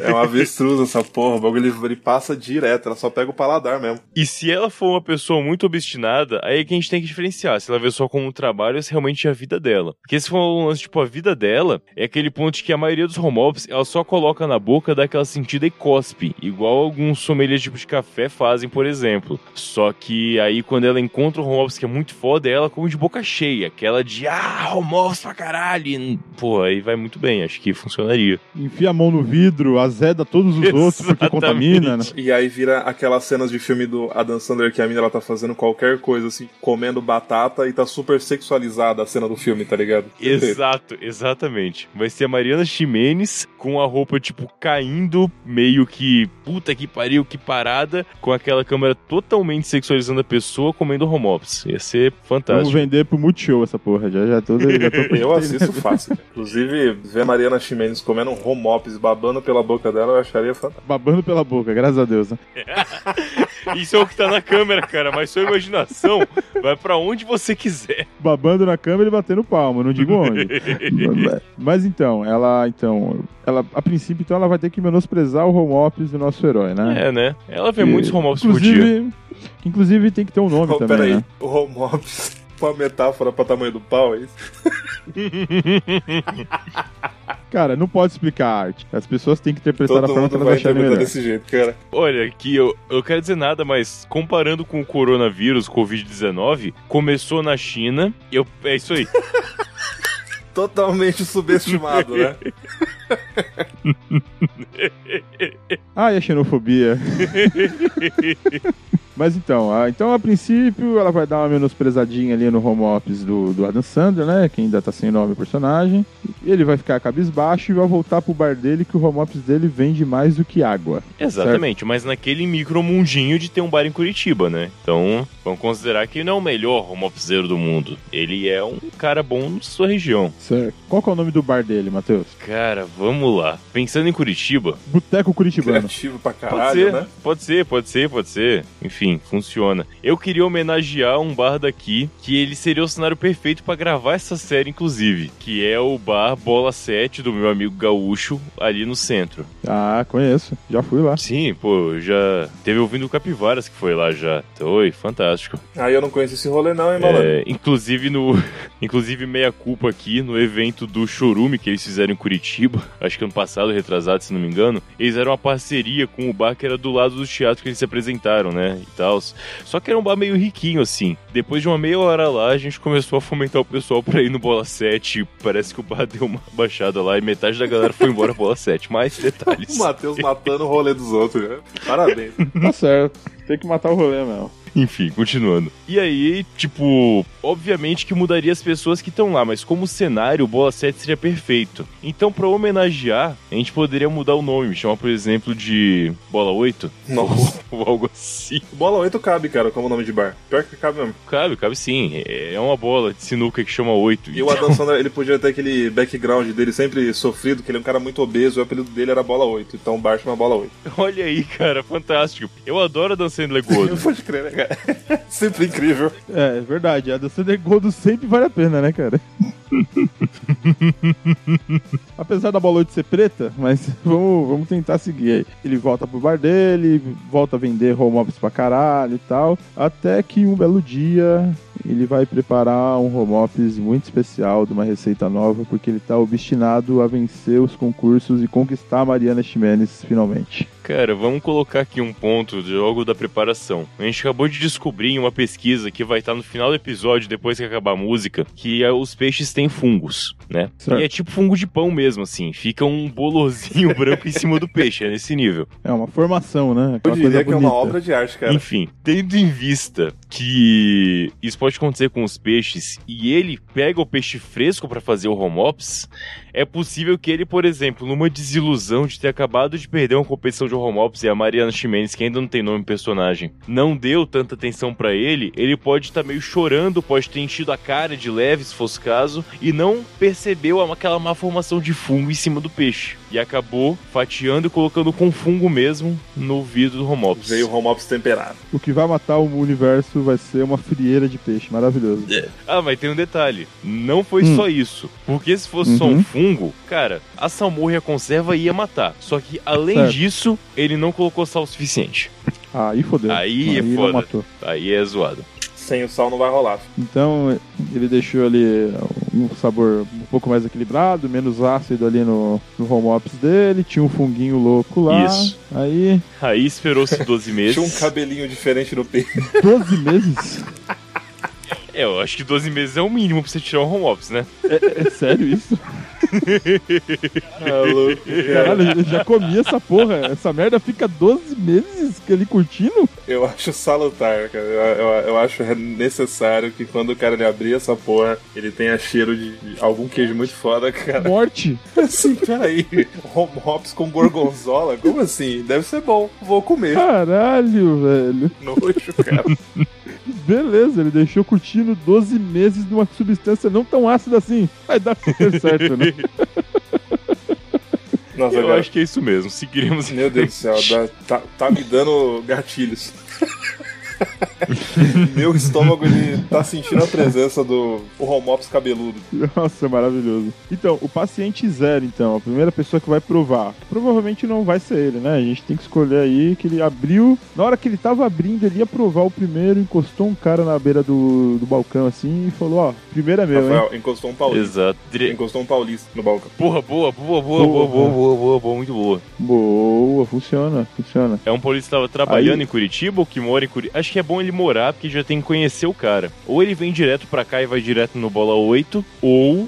Speaker 2: É uma avestruz essa porra. O bagulho ele, ele passa direto, ela só pega o paladar mesmo.
Speaker 1: E se ela for uma pessoa muito obstinada, aí é que a gente tem que diferenciar se ela vê só como um trabalho ou se realmente é a vida dela. Porque se for um lance, tipo, a vida dela, é aquele ponto de que a maioria dos home office, ela só coloca na boca, dá aquela sentida e cospe, igual alguns sommeliers tipo de café fazem, por exemplo. Só que aí quando ela encontra um home office que é muito foda, ela come de boca cheia, aquela de, ah, home office pra caralho. E, pô, aí vai muito bem, acho que funcionaria.
Speaker 3: Enfia a mão no vidro, azeda todos os outros porque
Speaker 1: Exatamente.
Speaker 3: contamina. Né?
Speaker 2: E aí vira aquelas cenas de filme do Adam Sandler que a mina ela tá fazendo qualquer coisa, assim, comendo batata e tá super sexualizada a cena do filme, tá ligado?
Speaker 1: Exato, exatamente. Vai ser a Mariana Ximenes com a roupa, tipo, caindo, meio que puta que pariu, que parada, com aquela câmera totalmente sexualizando a pessoa comendo home office. Ia ser
Speaker 3: Vamos
Speaker 1: fantástico.
Speaker 3: vender pro Multishow essa porra. Já, já, tô, já tô
Speaker 2: Eu assisto fácil. cara. Inclusive, ver Mariana Ximenes comendo um home ops babando pela boca dela, eu acharia fantástico.
Speaker 3: babando pela boca, graças a Deus. Né?
Speaker 1: Isso é o que tá na câmera, cara, mas sua imaginação vai pra onde você quiser.
Speaker 3: babando na câmera e batendo palma, não digo onde. Mas então, ela então, ela a princípio então ela vai ter que menosprezar o home office do nosso herói, né?
Speaker 1: É, né? Ela vê muitos home office por dia.
Speaker 3: inclusive, inclusive tem que ter um nome
Speaker 2: Oh,
Speaker 3: também,
Speaker 2: peraí,
Speaker 3: né?
Speaker 2: o home ops foi uma metáfora pra tamanho do pau, é isso?
Speaker 3: Cara, não pode explicar a arte. As pessoas têm que interpretar da
Speaker 2: Todo
Speaker 3: forma tá que
Speaker 2: mundo
Speaker 3: elas
Speaker 2: vai
Speaker 3: acharem
Speaker 2: interpretar
Speaker 3: melhor.
Speaker 2: desse jeito, cara.
Speaker 1: Olha, que eu, eu quero dizer nada, mas comparando com o coronavírus, Covid-19, começou na China. Eu, é isso aí.
Speaker 2: Totalmente subestimado, né?
Speaker 3: Ah, e a xenofobia. Mas então, a, então, a princípio, ela vai dar uma menosprezadinha ali no home office do, do Adam Sandler, né? Que ainda tá sem nome o personagem. Ele vai ficar cabisbaixo e vai voltar pro bar dele, que o home office dele vende mais do que água.
Speaker 1: Exatamente, mas naquele micromundinho de ter um bar em Curitiba, né? Então, vamos considerar que ele não é o melhor home officeiro do mundo. Ele é um cara bom de sua região.
Speaker 3: Certo. Qual que é o nome do bar dele, Matheus?
Speaker 1: Cara, vamos lá. Pensando em Curitiba,
Speaker 3: Boteco Curitibano.
Speaker 2: Criativo pra
Speaker 1: né? pode
Speaker 2: caralho,
Speaker 1: ser,
Speaker 2: né?
Speaker 1: pode ser, pode ser, pode ser. Enfim, funciona. Eu queria homenagear um bar daqui, que ele seria o cenário perfeito pra gravar essa série, inclusive, que é o bar Bola 7 do meu amigo Gaúcho, ali no centro.
Speaker 3: Ah, conheço. Já fui
Speaker 2: Ah,
Speaker 3: lá.
Speaker 1: Sim, pô, eu já teve ouvindo o Capivaras que foi lá já. Então, Oi, fantástico.
Speaker 2: Aí eu não conheço esse rolê, não, hein, malandro?
Speaker 1: É, inclusive no inclusive meia culpa aqui no evento do Chorume que eles fizeram em Curitiba, acho que ano passado, retrasado, se não me engano, eles fizeram uma parceria com o bar que era do lado do teatro que eles se apresentaram, né, e tal. Só que era um bar meio riquinho assim. Depois de uma meia hora lá, a gente começou a fomentar o pessoal pra ir no Bola 7. Parece que o bar deu uma baixada lá e metade da galera foi embora Bola 7. Mais detalhes.
Speaker 2: O Matheus matando o rolê dos outros, né? Parabéns.
Speaker 3: Tá certo. Tem que matar o rolê, meu.
Speaker 1: Enfim, continuando. E aí, tipo, obviamente que mudaria as pessoas que estão lá, mas como cenário, o Bola 7 seria perfeito. Então, pra homenagear, a gente poderia mudar o nome, chamar, por exemplo, de Bola 8
Speaker 2: Nossa.
Speaker 1: ou algo assim.
Speaker 2: Bola 8 cabe, cara, como nome de bar. Pior que cabe mesmo.
Speaker 1: Cabe, cabe sim. É uma bola de sinuca que chama 8.
Speaker 2: E o Adam Sandler, ele podia ter aquele background dele sempre sofrido, que ele é um cara muito obeso, e o apelido dele era Bola 8. Então o bar chama Bola 8.
Speaker 1: Olha aí, cara, fantástico. Eu adoro dançando legodo.
Speaker 2: pode crer, né, cara? Sempre incrível.
Speaker 3: É, é verdade. A dança de Goldo sempre vale a pena, né, cara? Apesar da bola de ser preta, mas vamos, vamos tentar seguir aí. Ele volta pro bar dele, volta a vender home office pra caralho e tal. Até que um belo dia ele vai preparar um home office muito especial, de uma receita nova, porque ele tá obstinado a vencer os concursos e conquistar a Mariana Ximenes finalmente.
Speaker 1: Cara, vamos colocar aqui um ponto de algo da preparação. A gente acabou de descobrir em uma pesquisa que vai estar no final do episódio, depois que acabar a música, que eh, os peixes têm fungos, né?
Speaker 3: Certo.
Speaker 1: E é tipo fungo de pão mesmo, assim. Fica um bolorzinho branco em cima do peixe, é nesse nível.
Speaker 3: É uma formação, né?
Speaker 2: Eu
Speaker 3: Aquela
Speaker 2: diria
Speaker 3: coisa
Speaker 2: que é uma
Speaker 3: bonita.
Speaker 2: obra de arte, cara.
Speaker 1: Enfim, tendo em vista que isso pode pode acontecer com os peixes e ele pega o peixe fresco para fazer o home ops, é possível que ele, por exemplo, numa desilusão de ter acabado de perder uma competição de home ops e a Mariana Ximenes, que ainda não tem nome personagem, não deu tanta atenção para ele, ele pode estar meio chorando, pode ter enchido a cara de leve, se fosse o caso, e não percebeu aquela má formação de fungo em cima do peixe. E acabou fatiando e colocando com fungo mesmo no vidro do home ops.
Speaker 2: Veio o home office temperado.
Speaker 3: O que vai matar o universo vai ser uma frieira de peixe. Maravilhoso.
Speaker 1: Ah, mas tem um detalhe. Não foi
Speaker 3: Hum.
Speaker 1: só isso. Porque se fosse só um
Speaker 3: Uhum.
Speaker 1: fungo, cara, a salmorra e a conserva ia matar. Só que, além
Speaker 3: Certo.
Speaker 1: disso, ele não colocou sal o suficiente.
Speaker 3: Aí fodeu.
Speaker 1: Aí é
Speaker 3: não
Speaker 1: foda.
Speaker 3: matou.
Speaker 1: Aí é zoado.
Speaker 2: Sem o sal não vai rolar.
Speaker 3: Então ele deixou ali um sabor um pouco mais equilibrado, menos ácido ali no, no home ops dele. Tinha um funguinho louco lá.
Speaker 1: Isso.
Speaker 3: Aí,
Speaker 1: Aí esperou-se 12 meses.
Speaker 2: Tinha um cabelinho diferente no peito.
Speaker 3: 12 meses?
Speaker 1: É, eu acho que 12 meses é o mínimo pra você tirar um home office, né?
Speaker 3: É, é sério isso?
Speaker 2: É louco.
Speaker 3: Caralho, eu já comi essa porra. Essa merda fica 12 meses que ele curtindo?
Speaker 2: Eu acho salutar, cara. Eu, eu- eu acho necessário que quando o cara ele abrir essa porra, ele tenha cheiro de, de algum queijo muito foda, cara.
Speaker 3: Morte.
Speaker 2: Assim, peraí. Home hops com gorgonzola? Como assim? Deve ser bom. Vou comer.
Speaker 3: Caralho, velho.
Speaker 2: Nojo, cara.
Speaker 3: Beleza, ele deixou curtindo 12 meses de uma substância não tão ácida assim. Vai dar super certo, né?
Speaker 2: Nossa,
Speaker 1: eu
Speaker 2: cara.
Speaker 1: acho que é isso mesmo. Seguiremos.
Speaker 2: Meu Deus do céu, dá- tá, tá me dando gatilhos. Meu estômago ele tá sentindo a presença do Homops cabeludo.
Speaker 3: Nossa, maravilhoso. Então, o paciente zero, então, a primeira pessoa que vai provar. Provavelmente não vai ser ele, né? A gente tem que escolher aí que ele abriu. Na hora que ele tava abrindo, ele ia provar o primeiro, encostou um cara na beira do, do balcão assim e falou: Ó, primeiro é meu, hein?
Speaker 2: Rafael, encostou um paulista.
Speaker 1: Exato. Tre-
Speaker 2: Encostou um paulista no balcão.
Speaker 1: Porra, boa, boa, boa, boa,
Speaker 3: Boa.
Speaker 1: boa, boa, boa, boa, muito boa.
Speaker 3: Boa, funciona, funciona.
Speaker 1: É um paulista que tava trabalhando
Speaker 3: Aí-
Speaker 1: em Curitiba ou que mora em Curitiba. Acho que é bom ele morar, porque já tem que conhecer o cara. Ou ele vem direto pra cá e vai direto no Bola 8, ou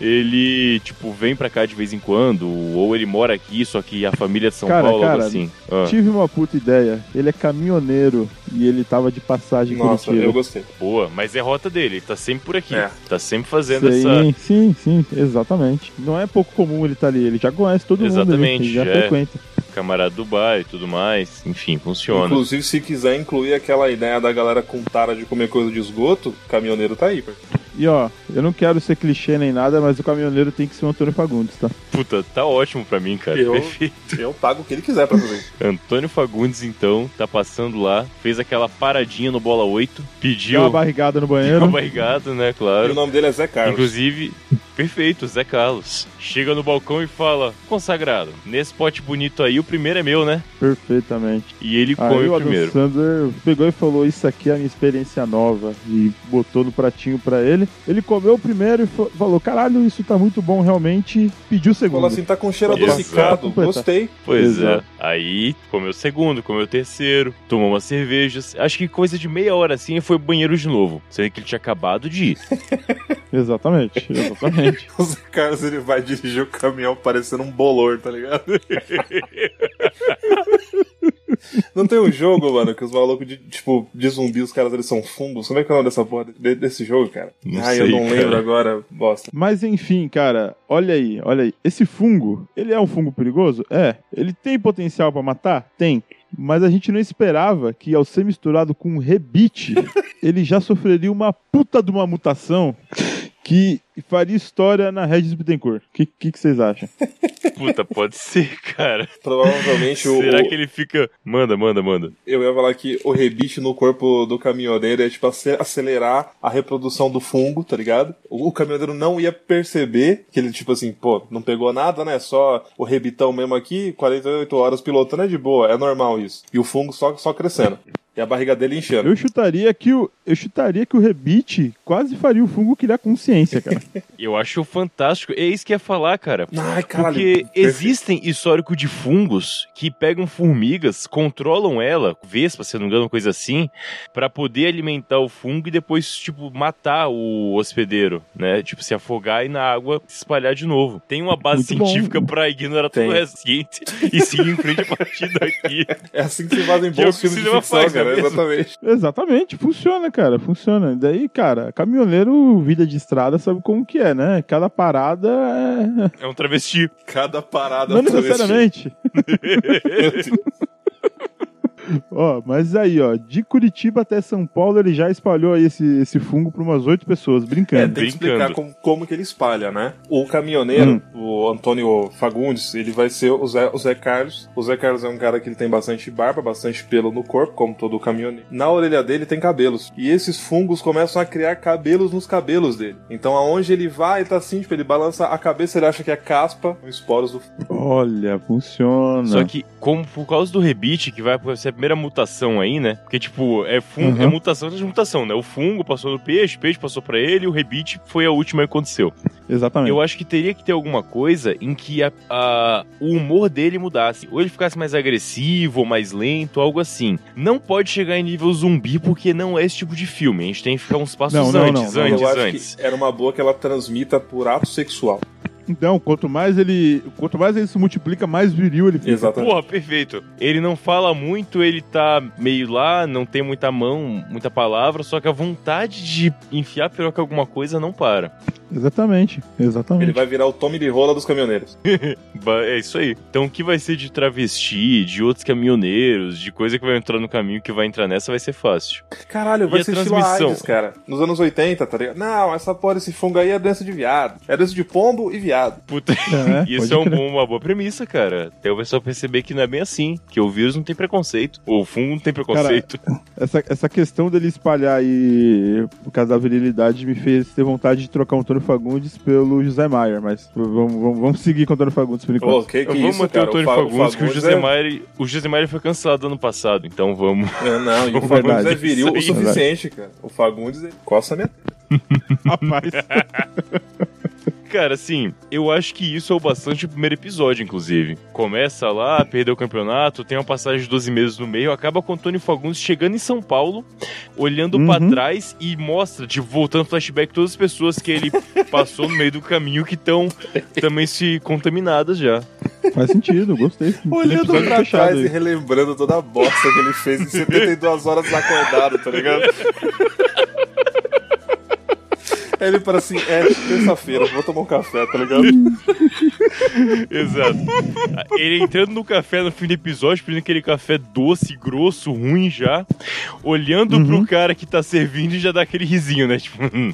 Speaker 1: ele, tipo, vem pra cá de vez em quando, ou ele mora aqui, só que a família é de São
Speaker 3: Cara,
Speaker 1: Paulo, algo
Speaker 3: cara,
Speaker 1: assim. Ah,
Speaker 3: Tive uma puta ideia. Ele é caminhoneiro e ele tava de passagem em
Speaker 2: Nossa,
Speaker 3: Curitiba.
Speaker 2: eu gostei.
Speaker 1: boa, mas é rota dele, ele tá sempre por aqui.
Speaker 2: É.
Speaker 1: Tá sempre fazendo
Speaker 3: Sim,
Speaker 1: essa.
Speaker 3: sim, sim, exatamente. Não é pouco comum ele tá ali, ele já conhece todo mundo. ali,
Speaker 1: Exatamente,
Speaker 3: Ele já
Speaker 1: já é.
Speaker 3: frequenta.
Speaker 1: Camarada do bar e tudo mais. Enfim, funciona.
Speaker 2: Inclusive, se quiser incluir aquela ideia da galera com tara de comer coisa de esgoto, caminhoneiro tá aí, pô.
Speaker 3: E ó, eu não quero ser clichê nem nada, mas o caminhoneiro tem que ser o Antônio Fagundes, tá?
Speaker 1: Puta, tá ótimo pra mim, cara.
Speaker 2: Eu-
Speaker 1: Perfeito.
Speaker 2: Eu pago o que ele quiser pra fazer. isso.
Speaker 1: Antônio Fagundes, então, tá passando lá, fez aquela paradinha no Bola 8,
Speaker 3: Deu uma
Speaker 1: pediu.
Speaker 3: barrigada no
Speaker 1: Deu uma
Speaker 3: banheiro.
Speaker 1: barrigada, né?
Speaker 2: E o
Speaker 1: Claro.
Speaker 2: nome dele é Zé Carlos.
Speaker 1: Inclusive, perfeito, Zé Carlos. Chega no balcão e fala: Consagrado, nesse pote bonito aí, o primeiro é meu, né?
Speaker 3: Perfeitamente.
Speaker 1: E ele
Speaker 3: Aí
Speaker 1: come
Speaker 3: o
Speaker 1: o
Speaker 3: Adam
Speaker 1: primeiro.
Speaker 3: Sandler pegou e falou: Isso aqui é a minha experiência nova. E botou no pratinho pra ele. Ele comeu o primeiro e fa- falou: Caralho, isso tá muito bom, realmente. Pediu o segundo.
Speaker 2: Falou assim, tá com cheiro
Speaker 1: Exato.
Speaker 2: adocicado. Gostei.
Speaker 1: Pois
Speaker 3: Exato.
Speaker 1: é. Aí comeu o segundo, comeu o terceiro, tomou umas cervejas. Acho que coisa de meia hora assim ele foi ao banheiro de novo. Sendo que ele tinha acabado de ir.
Speaker 3: Exatamente, exatamente.
Speaker 2: O Zé Carlos, ele vai dirigir o caminhão parecendo um bolor, tá ligado? Não tem um jogo, mano, que os malucos de, tipo, de zumbi, os caras, eles são fungos. Como é que é o nome dessa porra de- desse jogo, cara?
Speaker 1: Não
Speaker 2: Ai,
Speaker 1: sei,
Speaker 2: eu não
Speaker 1: cara.
Speaker 2: lembro agora. Bosta.
Speaker 3: Mas enfim, cara, olha aí, olha aí. Esse fungo, ele é um fungo perigoso? É. Ele tem potencial pra matar? Tem. Mas a gente não esperava que ao ser misturado com um rebite, ele já sofreria uma puta de uma mutação que faria história na Regis Bittencourt. O que, que, que vocês acham?
Speaker 1: Puta, pode ser, cara.
Speaker 2: Provavelmente o,
Speaker 1: Será
Speaker 2: o-
Speaker 1: que ele fica. Manda, manda, manda.
Speaker 2: eu ia falar que o rebite no corpo do caminhoneiro é, tipo, ace- acelerar a reprodução do fungo, tá ligado? O, o caminhoneiro não ia perceber que ele, tipo assim, pô, não pegou nada, né? Só o rebitão mesmo aqui, 48 horas pilotando é de boa, é normal isso. E o fungo só, só crescendo. E a barriga dele enchendo.
Speaker 3: Eu chutaria que o, eu chutaria que o rebite quase faria o fungo criar consciência, cara.
Speaker 1: Eu acho fantástico. É isso que eu ia falar, cara.
Speaker 2: Ai, caralho.
Speaker 1: Porque
Speaker 2: Perfeito.
Speaker 1: existem histórico de fungos que pegam formigas, controlam ela, vespa, se eu não me engano, coisa assim, pra poder alimentar o fungo e depois, tipo, matar o hospedeiro, né? Tipo, se afogar e na água se espalhar de novo. Tem uma base
Speaker 3: Muito bom.
Speaker 1: científica pra ignorar
Speaker 2: Tem.
Speaker 1: tudo o resto seguinte e seguir em frente a partir daqui.
Speaker 2: É assim que se fazem
Speaker 1: que é o
Speaker 2: bons
Speaker 1: que o
Speaker 2: filmes de
Speaker 1: cinema
Speaker 2: ficção,
Speaker 1: faz, né,
Speaker 2: cara. cara, exatamente.
Speaker 3: Exatamente, funciona, cara, funciona. E Daí, cara, caminhoneiro, vida de estrada, sabe como que é, né? Cada parada é.
Speaker 1: É um travesti.
Speaker 2: Cada parada
Speaker 3: Não
Speaker 2: travesti.
Speaker 1: né?
Speaker 3: necessariamente.
Speaker 2: Meu Deus.
Speaker 3: Ó, mas aí, ó, de Curitiba até São Paulo, ele já espalhou aí esse, esse fungo pra umas oito pessoas,
Speaker 2: É,
Speaker 3: brincando.
Speaker 2: tem que explicar
Speaker 1: brincando.
Speaker 2: como, como que ele espalha, né? O caminhoneiro, o Antônio Fagundes, ele vai ser o Zé, o Zé Carlos. O Zé Carlos é um cara que ele tem bastante barba, bastante pelo no corpo, como todo caminhoneiro. Na orelha dele tem cabelos. E esses fungos começam a criar cabelos nos cabelos dele. Então aonde ele vai, ele tá assim, tipo, ele balança a cabeça, ele acha que é caspa, os esporos do fungo.
Speaker 3: Olha, funciona.
Speaker 1: Só que, como por causa do rebite, que vai ser a primeira mutação aí, né? Porque, tipo, é, fungo,
Speaker 3: Uhum.
Speaker 1: é mutação atrás de mutação, né? O fungo passou no peixe, o peixe passou pra ele, o rebite foi a última que aconteceu.
Speaker 3: Exatamente.
Speaker 1: Eu acho que teria que ter alguma coisa em que a- a- o humor dele mudasse. Ou ele ficasse mais agressivo, ou mais lento, algo assim. Não pode chegar em nível zumbi, porque não é esse tipo de filme. A gente tem que ficar uns passos
Speaker 3: Não, não, não,
Speaker 1: antes,
Speaker 3: não,
Speaker 1: antes,
Speaker 2: Eu acho
Speaker 1: antes.
Speaker 2: que era uma boa que ela transmita por ato sexual.
Speaker 3: Então, quanto mais ele. Quanto mais ele se multiplica, mais viril ele fica.
Speaker 2: Exatamente.
Speaker 1: Porra, perfeito. Ele não fala muito, ele tá meio lá, não tem muita mão, muita palavra, só que a vontade de enfiar a piroca em alguma coisa não para.
Speaker 3: Exatamente,
Speaker 2: Ele
Speaker 3: exatamente.
Speaker 2: vai virar o Tommy de rola dos caminhoneiros.
Speaker 1: Ba- É isso aí. Então o que vai ser de travesti, de outros caminhoneiros, de coisa que vai entrar no caminho que vai entrar nessa vai ser fácil.
Speaker 2: Caralho, vai
Speaker 1: E a
Speaker 2: ser estilo a
Speaker 1: transmissão?
Speaker 2: AIDS, cara. Nos anos 80, tá ligado? Não, essa porra, esse fungo aí é doença de viado. É doença de pombo e viado.
Speaker 1: Puta,
Speaker 3: É,
Speaker 1: isso
Speaker 3: pode
Speaker 1: é um
Speaker 3: crer.
Speaker 1: bom- uma boa premissa, cara. Até o pessoal perceber que não é bem assim, que o vírus não tem preconceito, ou o fungo não tem preconceito.
Speaker 3: Essa, essa questão dele espalhar aí por causa da virilidade me fez ter vontade de trocar o Antônio Fagundes pelo José Maier, mas vamos, vamos, vamos seguir com o Antônio Fagundes por enquanto.
Speaker 2: Pô, que que
Speaker 1: vamos
Speaker 2: isso,
Speaker 1: manter
Speaker 2: cara?
Speaker 1: o Antônio
Speaker 2: Fa-
Speaker 1: Fagundes, que o
Speaker 2: Fagundes
Speaker 1: José
Speaker 2: é-
Speaker 1: Maire, o José Maire foi cancelado ano passado, então vamos.
Speaker 2: É, Não, e o
Speaker 3: Verdade,
Speaker 2: Fagundes é
Speaker 1: isso
Speaker 2: viril o
Speaker 1: aí.
Speaker 2: suficiente, cara. O Fagundes é... Costa minha...
Speaker 3: Rapaz.
Speaker 1: Cara, assim, eu acho que isso é o bastante do primeiro episódio, inclusive. Começa lá, perdeu o campeonato, tem uma passagem de 12 meses no meio, acaba com o Antônio Fagundes chegando em São Paulo, olhando pra
Speaker 3: Uhum.
Speaker 1: trás e mostra, tipo, voltando flashback, todas as pessoas que ele passou no meio do caminho que estão também se contaminadas já.
Speaker 3: Faz sentido, gostei.
Speaker 2: Olhando
Speaker 3: Episódio
Speaker 2: pra
Speaker 3: fechado
Speaker 2: trás
Speaker 3: aí.
Speaker 2: e relembrando toda a bosta que ele fez em 72 horas acordado, tá ligado? Aí Ele para assim, é terça-feira, vou tomar um café, tá ligado?
Speaker 1: Exato. Ele entrando no café no fim do episódio, pedindo aquele café doce, grosso, ruim já, olhando pro cara que tá servindo e já dá aquele risinho, né? Tipo, hum,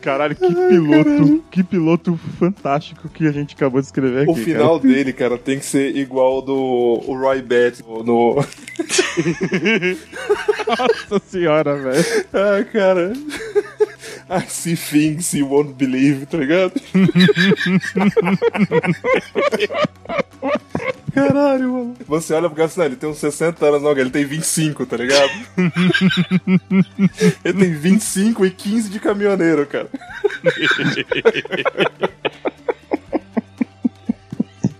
Speaker 3: Caralho, que piloto, que piloto fantástico que a gente acabou de escrever aqui.
Speaker 2: O final dele, cara, tem que ser igual ao do o Roy Batty no,
Speaker 3: Cara. Nossa senhora, velho.
Speaker 2: Ah, cara. I see things you won't believe, tá ligado? Caralho, mano. Você olha pro cara assim, não, ele tem uns 60 anos, não, cara, ele tem 25, tá ligado? ele tem 25 e 15 de caminhoneiro, cara.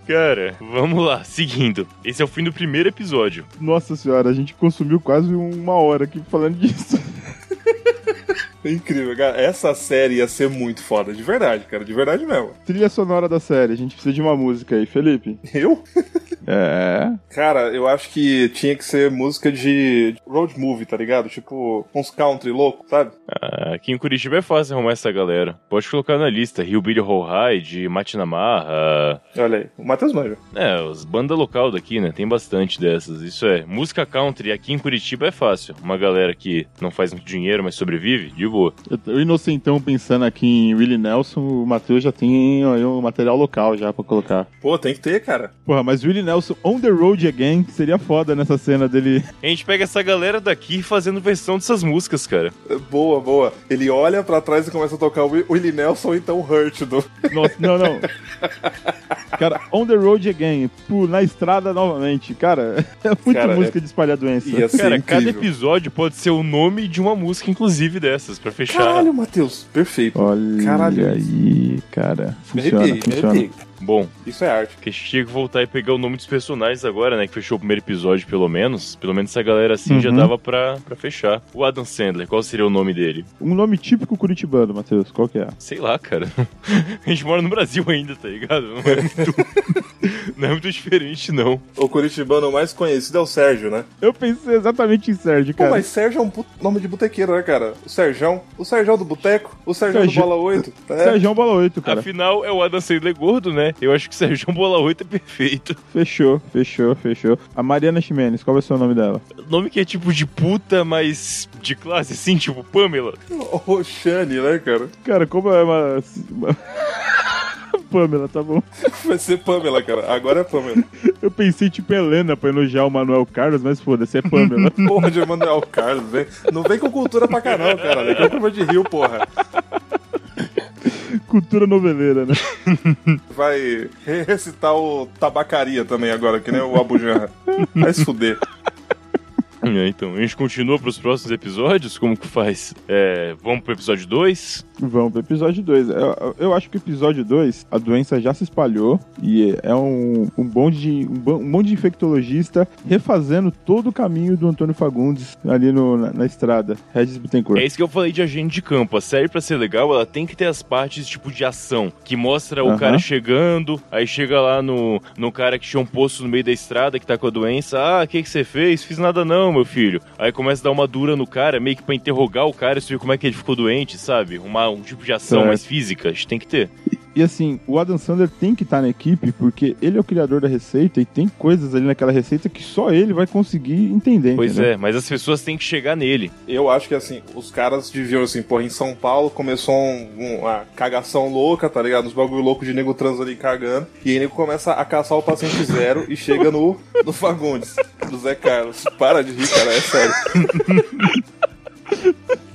Speaker 1: Cara, É, vamos lá, seguindo. Esse é o fim do primeiro episódio.
Speaker 3: Nossa senhora, a gente consumiu quase uma hora aqui falando disso.
Speaker 2: É incrível, cara. Essa série ia ser muito foda, de verdade, cara, de verdade mesmo.
Speaker 3: Trilha sonora da série, a gente precisa de uma música aí, Felipe.
Speaker 2: Eu?
Speaker 3: É.
Speaker 2: Cara, eu acho que tinha que ser música de road movie, tá ligado? Tipo, uns country louco, sabe?
Speaker 1: Ah, Aqui em Curitiba é fácil arrumar essa galera. Pode colocar na lista Rio Billy Hide, Matinamarra.
Speaker 2: Olha aí, o Matheus Manja.
Speaker 1: É, os banda local daqui, né? Tem bastante dessas. Isso é. Música country aqui em Curitiba é fácil. Uma galera que não faz muito dinheiro, mas sobrevive, de boa.
Speaker 3: Eu tô inocentão pensando aqui em Willie Nelson, o Matheus já tem aí um material local já pra colocar.
Speaker 2: Pô, tem que ter, cara.
Speaker 3: Porra, mas Willie Nelson on the road again seria foda nessa cena dele.
Speaker 1: A gente pega essa galera daqui fazendo versão dessas músicas, cara.
Speaker 2: Boa, boa. Ele olha pra trás e começa a tocar o Wi- Willie Nelson ou então o Hurt do.
Speaker 3: Nossa, não, não. Cara, on the road again, pô, na estrada novamente. Cara, é muita
Speaker 2: Cara, é-
Speaker 3: música de espalhar doença.
Speaker 2: Ia ser
Speaker 1: Cara, cada
Speaker 2: assim, incrível.
Speaker 1: episódio pode ser o nome de uma música, inclusive dessas, pra fechar.
Speaker 2: Caralho, Matheus. Perfeito.
Speaker 3: Olha
Speaker 2: Caralho.
Speaker 3: aí, cara.
Speaker 2: Me
Speaker 3: Funciona,
Speaker 2: arrepiei, me
Speaker 3: funciona.
Speaker 2: arrepiei.
Speaker 1: Bom,
Speaker 2: Isso é arte.
Speaker 1: Que a gente tinha que voltar e pegar o nome dos personagens agora, né? Que fechou o primeiro episódio, pelo menos. Pelo menos essa galera assim já
Speaker 3: Uhum.
Speaker 1: dava pra, pra fechar. O Adam Sandler, qual seria o nome dele?
Speaker 3: Um nome típico curitibano, Matheus, qual que é?
Speaker 1: Sei lá, cara. A gente mora no Brasil ainda, tá ligado? Não é muito, Não é muito diferente, não.
Speaker 2: O curitibano mais conhecido é o Sérgio, né?
Speaker 3: Eu pensei exatamente em Sérgio,
Speaker 2: Pô,
Speaker 3: cara.
Speaker 2: mas Sérgio é um puto nome de botequeiro, né, cara? O Sérgio. O Sérgio do Boteco. O Sérgio,
Speaker 3: Sérgio.
Speaker 2: do Bola 8. É.
Speaker 3: Sérgio Bola 8, cara.
Speaker 1: Afinal, é o Adam Sandler gordo, né? Eu acho que Sérgio Bola 8 é perfeito.
Speaker 3: Fechou, fechou, fechou. A Mariana Ximenes, qual vai ser o nome dela?
Speaker 1: Nome que é tipo de puta, mas de classe, assim, tipo Pamela.
Speaker 2: O Roxane, né, cara?
Speaker 3: Cara, como é uma. uma- Pamela, tá bom.
Speaker 2: Vai ser Pamela, cara. Agora é Pamela.
Speaker 3: Eu pensei tipo Helena pra elogiar o Manuel Carlos, mas foda-se, é Pamela.
Speaker 2: Porra de Emanuel Carlos, vem. Não vem com cultura pra canal, cara. Vem com curva de rio, porra.
Speaker 3: Cultura noveleira, né?
Speaker 2: Vai re- recitar o tabacaria também agora, que nem o Abujanra. Vai se fuder.
Speaker 1: É, então, a gente continua pros próximos episódios? Como que faz? É, vamos pro episódio 2?
Speaker 3: Vamos pro episódio 2. Eu, eu- eu acho que o episódio 2, a doença já se espalhou e é um, um bonde de, um, bon- um monte de infectologista refazendo todo o caminho do Antônio Fagundes ali no- na, na estrada. Regis Bittencourt.
Speaker 1: É isso que eu falei de agente de campo. A série, pra ser legal, ela tem que ter as partes tipo de ação, que mostra o
Speaker 3: Aham.
Speaker 1: cara chegando, aí chega lá no, no cara que tinha um posto no meio da estrada que tá com a doença. Ah, o que, que você fez? Fiz nada não, meu filho. Aí começa a dar uma dura no cara, meio que pra interrogar o cara, sobre como é que ele ficou doente, sabe? Uma, um tipo de ação
Speaker 3: Certo.
Speaker 1: mais física, a gente tem que ter.
Speaker 3: E assim, o Adam Sandler tem que estar na equipe porque ele é o criador da receita e tem coisas ali naquela receita que só ele vai conseguir entender.
Speaker 1: Pois
Speaker 3: entendeu?
Speaker 1: é, mas as pessoas têm que chegar nele.
Speaker 2: Eu acho que assim, os caras deviam, assim, porra, em São Paulo começou um- uma cagação louca, tá ligado? Uns bagulho louco de nego trans ali cagando. E aí nego começa a caçar o paciente zero e chega no, no Fagundes, do Zé Carlos. Para de rir, cara, é sério.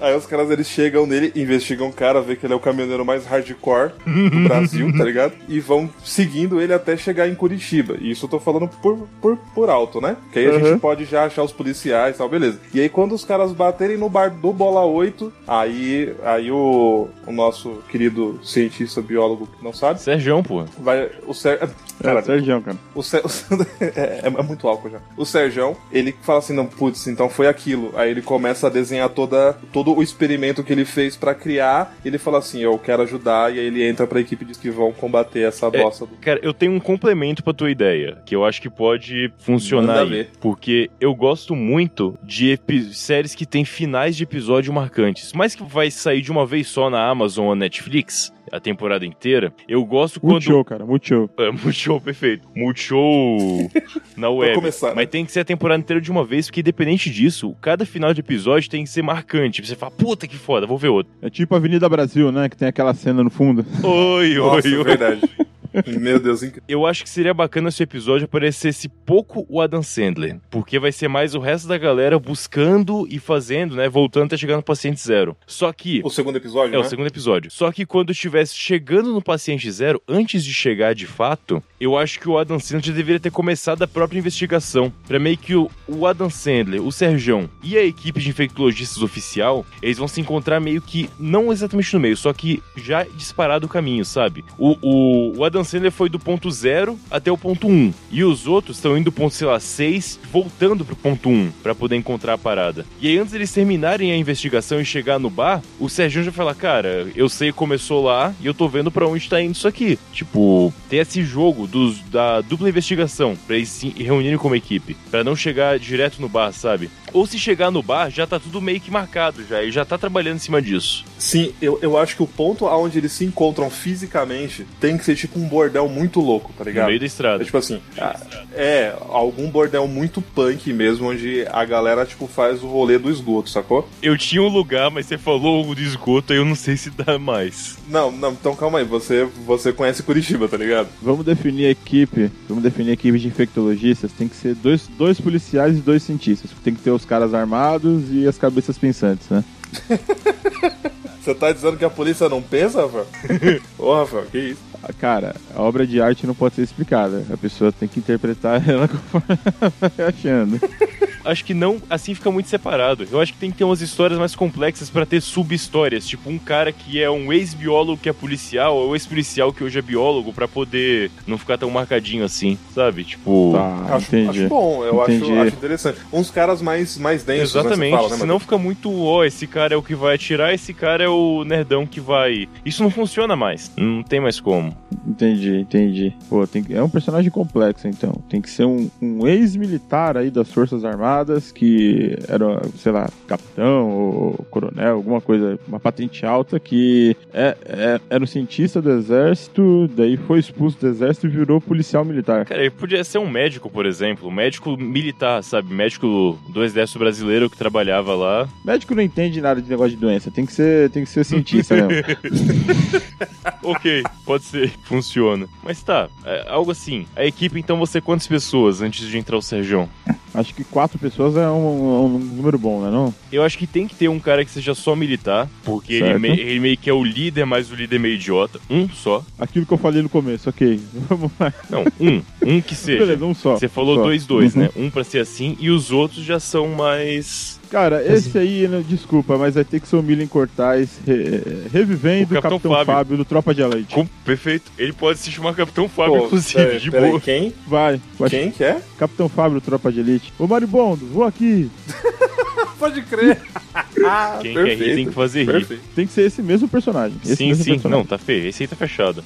Speaker 2: Aí os caras eles chegam nele, investigam o cara, vê que ele é o caminhoneiro mais hardcore do Brasil, tá ligado? E vão seguindo ele até chegar em Curitiba. E isso eu tô falando por, por, por alto, né? Que aí a
Speaker 3: Uhum.
Speaker 2: gente pode já achar os policiais e tal, beleza. E aí quando os caras baterem no bar do Bola 8, aí, aí o, o nosso querido cientista, biólogo que não sabe,
Speaker 1: Serjão, pô.
Speaker 2: vai. O Sérgio.
Speaker 3: É, Sérgio, cara.
Speaker 2: O Ser... o Ser- é, é muito álcool já. O Serjão, ele fala assim, não, putz, então foi aquilo. Aí ele começa a desenhar toda, todo o experimento que ele fez pra criar. Ele fala assim, eu quero ajudar. E aí ele entra pra equipe e diz que vão combater
Speaker 1: É,
Speaker 2: essa bosta do...
Speaker 1: Cara, eu tenho um complemento pra tua ideia, que eu acho que pode funcionar
Speaker 2: Manda
Speaker 1: aí.
Speaker 2: ver.
Speaker 1: Porque eu gosto muito de epi- séries que tem finais de episódio marcantes, mas que vai sair de uma vez só na Amazon ou Netflix, a temporada inteira. Eu gosto quando...
Speaker 3: Multishow, cara, Multishow.
Speaker 1: É, Multishow, perfeito. Multishow na web.
Speaker 2: começar, né?
Speaker 1: Mas tem que ser a temporada inteira de uma vez, porque independente disso, cada final de episódio tem que ser marcante. Você fala, puta que foda, vou ver outro.
Speaker 3: É tipo Avenida Brasil, né? Que tem aquela cena no fundo.
Speaker 1: Oi,
Speaker 2: Nossa,
Speaker 1: oi, oi.
Speaker 2: verdade. Meu Deus, incrível.
Speaker 1: Eu acho que seria bacana se o episódio aparecesse pouco o Adam Sandler, porque vai ser mais o resto da galera buscando e fazendo, né? Voltando até chegar no paciente zero. Só que.
Speaker 2: O segundo episódio,
Speaker 1: É o
Speaker 2: né?
Speaker 1: segundo episódio. Só que quando estivesse chegando no paciente zero, antes de chegar de fato, eu acho que o Adam Sandler já deveria ter começado a própria investigação. Pra meio que o, o Adam Sandler, o Serjão e a equipe de infectologistas oficial, eles vão se encontrar meio que, não exatamente no meio, só que já disparado o caminho, sabe? O, o, o Adam Sandler foi do ponto zero até o ponto um. E os outros estão indo do ponto, sei lá, 6, voltando pro ponto 1 pra poder encontrar a parada. E aí, antes deles terminarem a investigação e chegar no bar, o Sérgio já fala: Cara, eu sei que começou lá e eu tô vendo pra onde tá indo isso aqui. Tipo, tem esse jogo dos, da dupla investigação pra eles se reunirem como equipe, pra não chegar direto no bar, sabe? Ou se chegar no bar, já tá tudo meio que marcado já, e já tá trabalhando em cima disso.
Speaker 2: Sim, eu, eu acho que o ponto aonde eles se encontram fisicamente tem que ser tipo um bordel muito louco, tá
Speaker 1: No
Speaker 2: ligado?
Speaker 1: meio da estrada.
Speaker 2: É tipo assim, ah, é, algum bordel muito punk mesmo, onde a galera, tipo, faz o rolê do esgoto, sacou?
Speaker 1: Eu tinha um lugar, mas você falou o de esgoto, aí eu não sei se dá mais.
Speaker 2: Não, não, então calma aí, você, você conhece Curitiba, tá ligado?
Speaker 3: Vamos definir a equipe. Vamos definir a equipe de infectologistas. Tem que ser dois, dois policiais e dois cientistas. Tem que ter os caras armados e as cabeças pensantes, né?
Speaker 2: Você tá dizendo que a polícia não pensa, Rafael? Ô, Rafael, que isso?
Speaker 3: Ah, Cara, a obra de arte não pode ser explicada. A pessoa tem que interpretar ela conforme ela vai achando.
Speaker 1: acho que não, assim fica muito separado. Eu acho que tem que ter umas histórias mais complexas pra ter sub-histórias, tipo um cara que é um ex-biólogo que é policial, ou ex-policial que hoje é biólogo, pra poder não ficar tão marcadinho assim, sabe? Tipo.
Speaker 3: Tá,
Speaker 2: acho,
Speaker 3: entendi.
Speaker 2: acho bom, eu acho,
Speaker 3: Entendi.
Speaker 2: acho interessante. Uns caras mais, mais densos, né, você
Speaker 1: Exatamente,
Speaker 2: fala, né, Matheus?
Speaker 1: senão fica muito, ó, esse cara é o que vai atirar, esse cara é o nerdão que vai. Isso não funciona mais, não tem mais como.
Speaker 3: Entendi, entendi. Pô, tem que- é um personagem complexo, então. Tem que ser um, um ex-militar aí das Forças Armadas que era, sei lá, capitão ou coronel, alguma coisa, uma patente alta que é, é- era um cientista do exército, daí foi expulso do exército e virou policial militar.
Speaker 1: Cara, ele podia ser um médico, por exemplo, um médico militar, sabe? Médico do exército brasileiro que trabalhava lá.
Speaker 3: Médico não entende nada de negócio de doença, tem que ser, tem que ser cientista mesmo.
Speaker 1: ok, pode ser, funciona. Mas tá, é, algo assim. A equipe, então, você quantas pessoas antes de entrar o Serjão?
Speaker 3: Acho que quatro pessoas é um, um número bom, né? Não?
Speaker 1: Eu acho que tem que ter um cara que seja só militar, porque ele,
Speaker 3: Certo.
Speaker 1: me- ele meio que é o líder, mas o líder é meio idiota. Um só.
Speaker 3: Aquilo que eu falei no começo, ok. Vamos lá.
Speaker 1: Não, um. um que seja.
Speaker 3: Beleza, um só.
Speaker 1: Você falou
Speaker 3: Só.
Speaker 1: dois, dois,
Speaker 2: Uhum.
Speaker 1: né? Um pra ser assim e os outros já são mais.
Speaker 3: Cara, esse aí, né, desculpa, mas vai ter que ser o Milen Cortais re- revivendo
Speaker 1: O
Speaker 3: o Capitão,
Speaker 1: Capitão
Speaker 3: Fábio.
Speaker 1: Fábio.
Speaker 3: do Tropa de Elite.
Speaker 1: Com- Perfeito. Ele pode se chamar Capitão Fábio,
Speaker 2: Pô,
Speaker 1: inclusive,
Speaker 2: peraí,
Speaker 1: de
Speaker 2: peraí,
Speaker 1: boa.
Speaker 2: Quem?
Speaker 3: Vai, vai.
Speaker 2: Quem que é?
Speaker 3: Capitão Fábio do Tropa de Elite. Ô Maribondo, vou aqui.
Speaker 2: Pode crer. ah,
Speaker 1: Quem
Speaker 2: perfeito.
Speaker 1: quer rir tem que é fazer rir.
Speaker 2: Perfeito.
Speaker 3: Tem que ser esse mesmo personagem. Esse
Speaker 1: sim,
Speaker 3: mesmo
Speaker 1: sim.
Speaker 3: personagem.
Speaker 1: Não, tá feio. Esse aí tá fechado.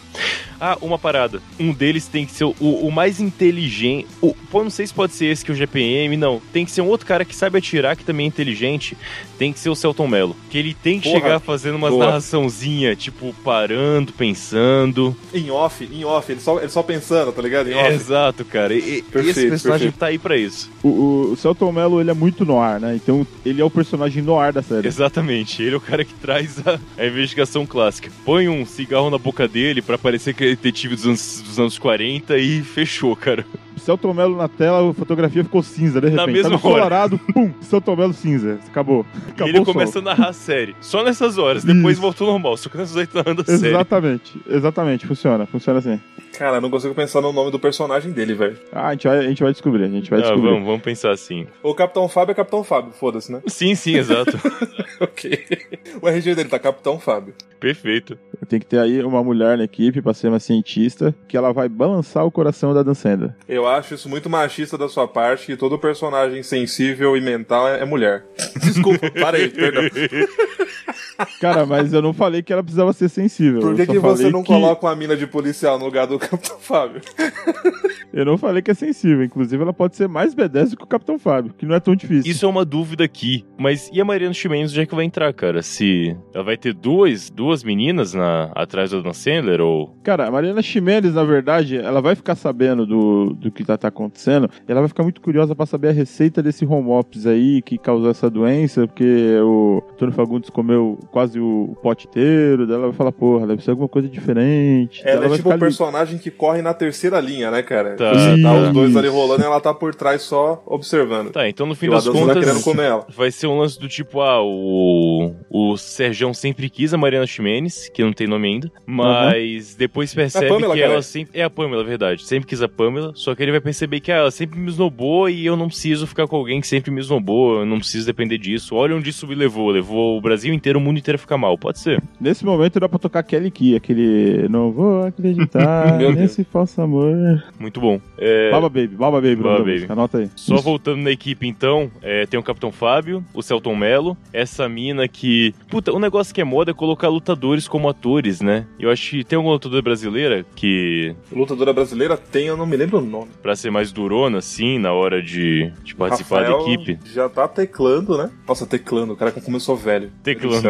Speaker 1: Ah, uma parada. Um deles tem que ser o, o mais inteligente. O, pô, não sei se pode ser esse que é o GPM, não. Tem que ser um outro cara que sabe atirar, que também é inteligente. Tem que ser o Celton Mello. Que ele tem que
Speaker 2: Porra.
Speaker 1: chegar fazendo umas
Speaker 2: Boa.
Speaker 1: narraçãozinha, tipo, parando, pensando.
Speaker 2: Em off, em off, ele só, ele só pensando, tá ligado? Em off.
Speaker 1: Exato, cara. E- e- esse
Speaker 2: Perfeito,
Speaker 1: personagem
Speaker 2: perfeito.
Speaker 1: tá aí pra isso.
Speaker 3: O, o, o Celton Mello, ele é muito noir, né? Então, ele é o personagem noir da série.
Speaker 1: Exatamente, ele é o cara que traz a, a investigação clássica. Põe um cigarro na boca dele pra parecer que é detetive dos anos, dos anos 40 e fechou, cara.
Speaker 3: Celton Mello na tela, a fotografia ficou cinza, de repente.
Speaker 1: Na mesma
Speaker 3: Tava
Speaker 1: hora.
Speaker 3: colorado, pum, Celton Mello cinza. Acabou. Acabou
Speaker 1: e ele
Speaker 3: o sol.
Speaker 1: começa a narrar a série. Só nessas horas, depois
Speaker 3: Isso.
Speaker 1: voltou ao normal, só que nessas horas ele tá narrando a série.
Speaker 3: Exatamente, exatamente. Funciona, funciona assim.
Speaker 2: Cara, eu não consigo pensar no nome do personagem dele, velho.
Speaker 3: Ah, a gente vai, a gente vai descobrir, a gente vai
Speaker 1: Ah,
Speaker 3: descobrir.
Speaker 1: vamos, vamos pensar assim.
Speaker 2: O Capitão Fábio é Capitão Fábio, foda-se, né?
Speaker 1: Sim, sim, exato.
Speaker 2: ok. O RG dele tá Capitão Fábio.
Speaker 1: Perfeito.
Speaker 3: Tem que ter aí uma mulher na equipe pra ser uma cientista que ela vai balançar o coração da Dancenda.
Speaker 2: Eu acho isso muito machista da sua parte, que todo personagem sensível e mental é, é mulher. Desculpa, parei, perdão.
Speaker 3: Cara, mas eu não falei que ela precisava ser sensível.
Speaker 2: Por que,
Speaker 3: eu só
Speaker 2: que você
Speaker 3: falei
Speaker 2: não
Speaker 3: que-
Speaker 2: coloca uma mina de policial no lugar do Capitão Fábio?
Speaker 3: Eu não falei que é sensível. Inclusive, ela pode ser mais badass do que o Capitão Fábio, que não é tão difícil.
Speaker 1: Isso é uma dúvida aqui. Mas e a Mariana Chimenez, onde é que vai entrar, cara? Se ela vai ter duas, duas meninas na, atrás do Dan Sandler ou...
Speaker 3: Cara, a Mariana Ximenes, na verdade, ela vai ficar sabendo do, do que tá, tá acontecendo. E ela vai ficar muito curiosa pra saber a receita desse home ops aí que causou essa doença, porque o Antônio Fagundes comeu quase o, o pote inteiro. Daí ela vai falar, porra, deve ser alguma coisa diferente. Daí
Speaker 2: Ela, é
Speaker 3: vai
Speaker 2: tipo o
Speaker 3: ficar ali-
Speaker 2: personagem que corre na terceira linha, né, cara?
Speaker 1: Tá,
Speaker 2: Você tá
Speaker 3: tá.
Speaker 2: os dois ali
Speaker 3: Isso.
Speaker 2: rolando e ela tá por trás só observando.
Speaker 1: Tá, então no fim
Speaker 2: E o
Speaker 1: das
Speaker 2: Adão tá
Speaker 1: contas...
Speaker 2: querendo comer ela.
Speaker 1: Vai ser um lance do tipo, ah, o, o Serjão sempre quis a Mariana Ximenes, que não tem nome ainda, mas depois percebe
Speaker 2: Uhum. É a Pamela,
Speaker 1: que
Speaker 2: cara.
Speaker 1: ela sempre. É a Pamela, é verdade. Sempre quis a Pamela, só que ele vai perceber que ah, ela sempre me esnobou e eu não preciso ficar com alguém que sempre me esnobou, eu não preciso depender disso. Olha onde isso me levou, levou o Brasil inteiro, o mundo inteiro a ficar mal. Pode ser.
Speaker 3: Nesse momento dá pra tocar Kelly Key, aquele. Não vou acreditar
Speaker 2: Meu Deus.
Speaker 3: nesse falso amor.
Speaker 1: Muito bom. É,
Speaker 3: Baba Baby, Baba Baby,
Speaker 1: Baba
Speaker 3: Baba
Speaker 1: Baby.
Speaker 3: Baby. Anota aí.
Speaker 1: Só
Speaker 3: Isso.
Speaker 1: voltando na equipe, então, é, tem o Capitão Fábio, o Celton Mello, essa mina que. Puta, o negócio que é moda é colocar lutadores como atores, né? Eu acho que tem alguma lutadora brasileira que,
Speaker 2: Lutadora brasileira tem, eu não me lembro o nome.
Speaker 1: pra ser mais durona, assim, na hora de, de participar da
Speaker 2: Rafael
Speaker 1: equipe.
Speaker 2: Já tá teclando, né? Nossa, teclando, o cara começou velho.
Speaker 1: Teclando.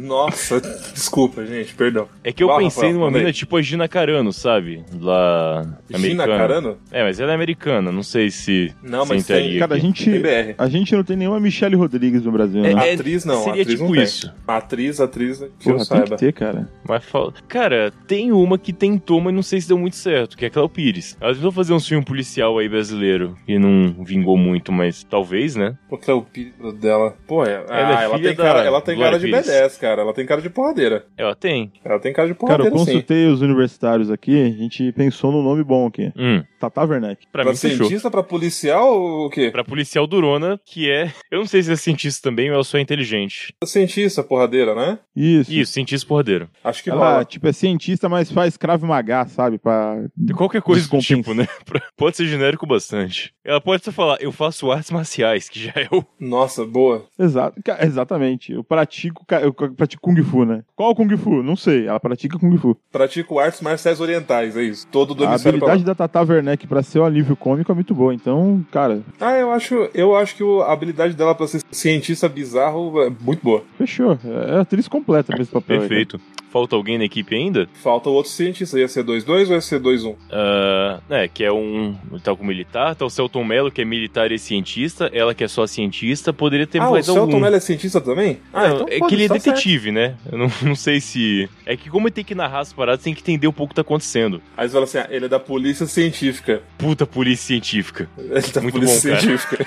Speaker 2: Nossa, desculpa, gente, perdão.
Speaker 1: É que eu
Speaker 2: Vai,
Speaker 1: pensei
Speaker 2: Rafael,
Speaker 1: numa
Speaker 2: manda
Speaker 1: mina
Speaker 2: aí.
Speaker 1: tipo a Gina Carano, sabe? Lá.
Speaker 2: Gina
Speaker 1: americana.
Speaker 2: Carano?
Speaker 1: É, mas ela é americana, não sei se.
Speaker 2: Não,
Speaker 1: se
Speaker 2: mas tem-
Speaker 1: entraria
Speaker 3: Cara, a
Speaker 1: aqui.
Speaker 3: gente.
Speaker 2: TBR.
Speaker 3: A gente não tem nenhuma Michelle Rodrigues no Brasil, né?
Speaker 1: É,
Speaker 2: atriz não,
Speaker 1: seria
Speaker 2: atriz não
Speaker 1: tipo
Speaker 2: tem.
Speaker 1: isso.
Speaker 2: Atriz, atriz, que
Speaker 3: Porra,
Speaker 2: eu
Speaker 3: tem
Speaker 2: saiba.
Speaker 3: que ter, cara.
Speaker 1: Mas fala. Cara, tem uma que tentou, mas não sei se deu muito certo, que é a Cléo Pires. Ela tentou fazer um filme policial aí brasileiro e não vingou muito, mas talvez, né?
Speaker 2: Qual que é o apelido dela? Pô, é- ah, ela,
Speaker 1: Ela é filha
Speaker 2: tem
Speaker 1: da
Speaker 2: cara, ela tem
Speaker 1: Glória
Speaker 2: cara de
Speaker 1: Pires.
Speaker 2: badass, cara. Ela tem cara de porradeira.
Speaker 1: Ela tem.
Speaker 2: Ela tem cara
Speaker 3: Cara,
Speaker 2: de
Speaker 3: eu
Speaker 2: porradeira,
Speaker 1: assim.
Speaker 2: sim.
Speaker 3: consultei os universitários aqui, a gente pensou num nome bom aqui.
Speaker 1: Hum,
Speaker 3: Tata Werneck.
Speaker 1: pra,
Speaker 2: Pra
Speaker 1: mim, fechou.
Speaker 2: cientista, pra policial ou o quê?
Speaker 1: Pra policial durona, que é. Eu não sei se é cientista também ou ela só é inteligente.
Speaker 2: Cientista, porradeira, né?
Speaker 3: Isso.
Speaker 1: Isso, cientista porradeiro.
Speaker 2: Acho que
Speaker 3: Ela,
Speaker 2: rola.
Speaker 3: tipo, é cientista, mas faz Krav Maga, sabe? Pra...
Speaker 1: Qualquer coisa do
Speaker 3: Descompensa.
Speaker 1: tipo, né? Pra- Pode ser genérico bastante. Ela pode só falar, eu faço artes marciais, que já é o.
Speaker 2: Nossa, boa.
Speaker 3: Exato, ca- exatamente. Eu pratico, ca- eu ca- pratico Kung Fu, né? Qual Kung Fu? Não sei. Ela pratica Kung Fu.
Speaker 2: Pratico artes marciais orientais, é isso. Todo do
Speaker 3: a
Speaker 2: hemisfério pra lá.
Speaker 3: habilidade da Tata Werneck pra ser um alívio cômico é muito boa. Então, cara,
Speaker 2: Ah, eu acho, eu acho que o- a habilidade dela pra ser cientista bizarro é muito boa.
Speaker 3: fechou. É a atriz completa pra esse papel. aí, cara.
Speaker 1: Perfeito. Falta alguém na equipe ainda?
Speaker 2: Falta o outro cientista, ia ser 2-2 ou ia ser 2-1?
Speaker 1: Ah, é, que é um. Tá com militar, tá o Celton Mello, que é militar e cientista, ela que é só cientista, poderia ter
Speaker 2: ah, o
Speaker 1: mais um. algum.
Speaker 2: Celton Mello é cientista também? Ah,
Speaker 1: Não,
Speaker 2: então
Speaker 1: é
Speaker 2: pode,
Speaker 1: que ele é
Speaker 2: tá
Speaker 1: detetive, né? Eu não, não sei se. É que como ele tem que narrar as paradas, tem que entender um pouco o que tá acontecendo.
Speaker 2: certo. Aí você fala assim, ah, ele é da polícia científica.
Speaker 1: Puta polícia científica.
Speaker 2: Ele é da
Speaker 1: Muito
Speaker 2: polícia
Speaker 1: bom, cara.
Speaker 2: científica.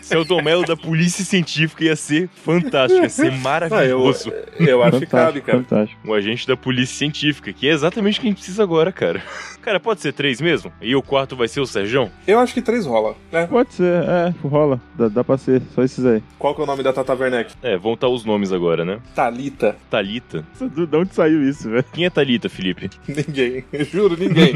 Speaker 1: Celton Mello da polícia científica ia ser fantástico, ia ser
Speaker 2: Ah, eu,
Speaker 1: maravilhoso.
Speaker 2: eu acho que
Speaker 3: Fantástico,
Speaker 2: cabe, cara.
Speaker 3: fantástico.
Speaker 1: Um agente da polícia científica, que é exatamente o que a gente precisa agora, cara. Cara, pode ser três mesmo? E o quarto vai ser o Serjão?
Speaker 2: Eu acho que 3 rola, né?
Speaker 3: Pode ser, é, rola. Dá, dá pra ser, só esses aí.
Speaker 2: Qual que é o nome da Tata Werneck?
Speaker 1: É, vão estar os nomes agora, né?
Speaker 2: Talita.
Speaker 1: Talita.
Speaker 3: De onde saiu isso, velho?
Speaker 1: Quem é Talita, Felipe?
Speaker 2: Ninguém. Juro, ninguém.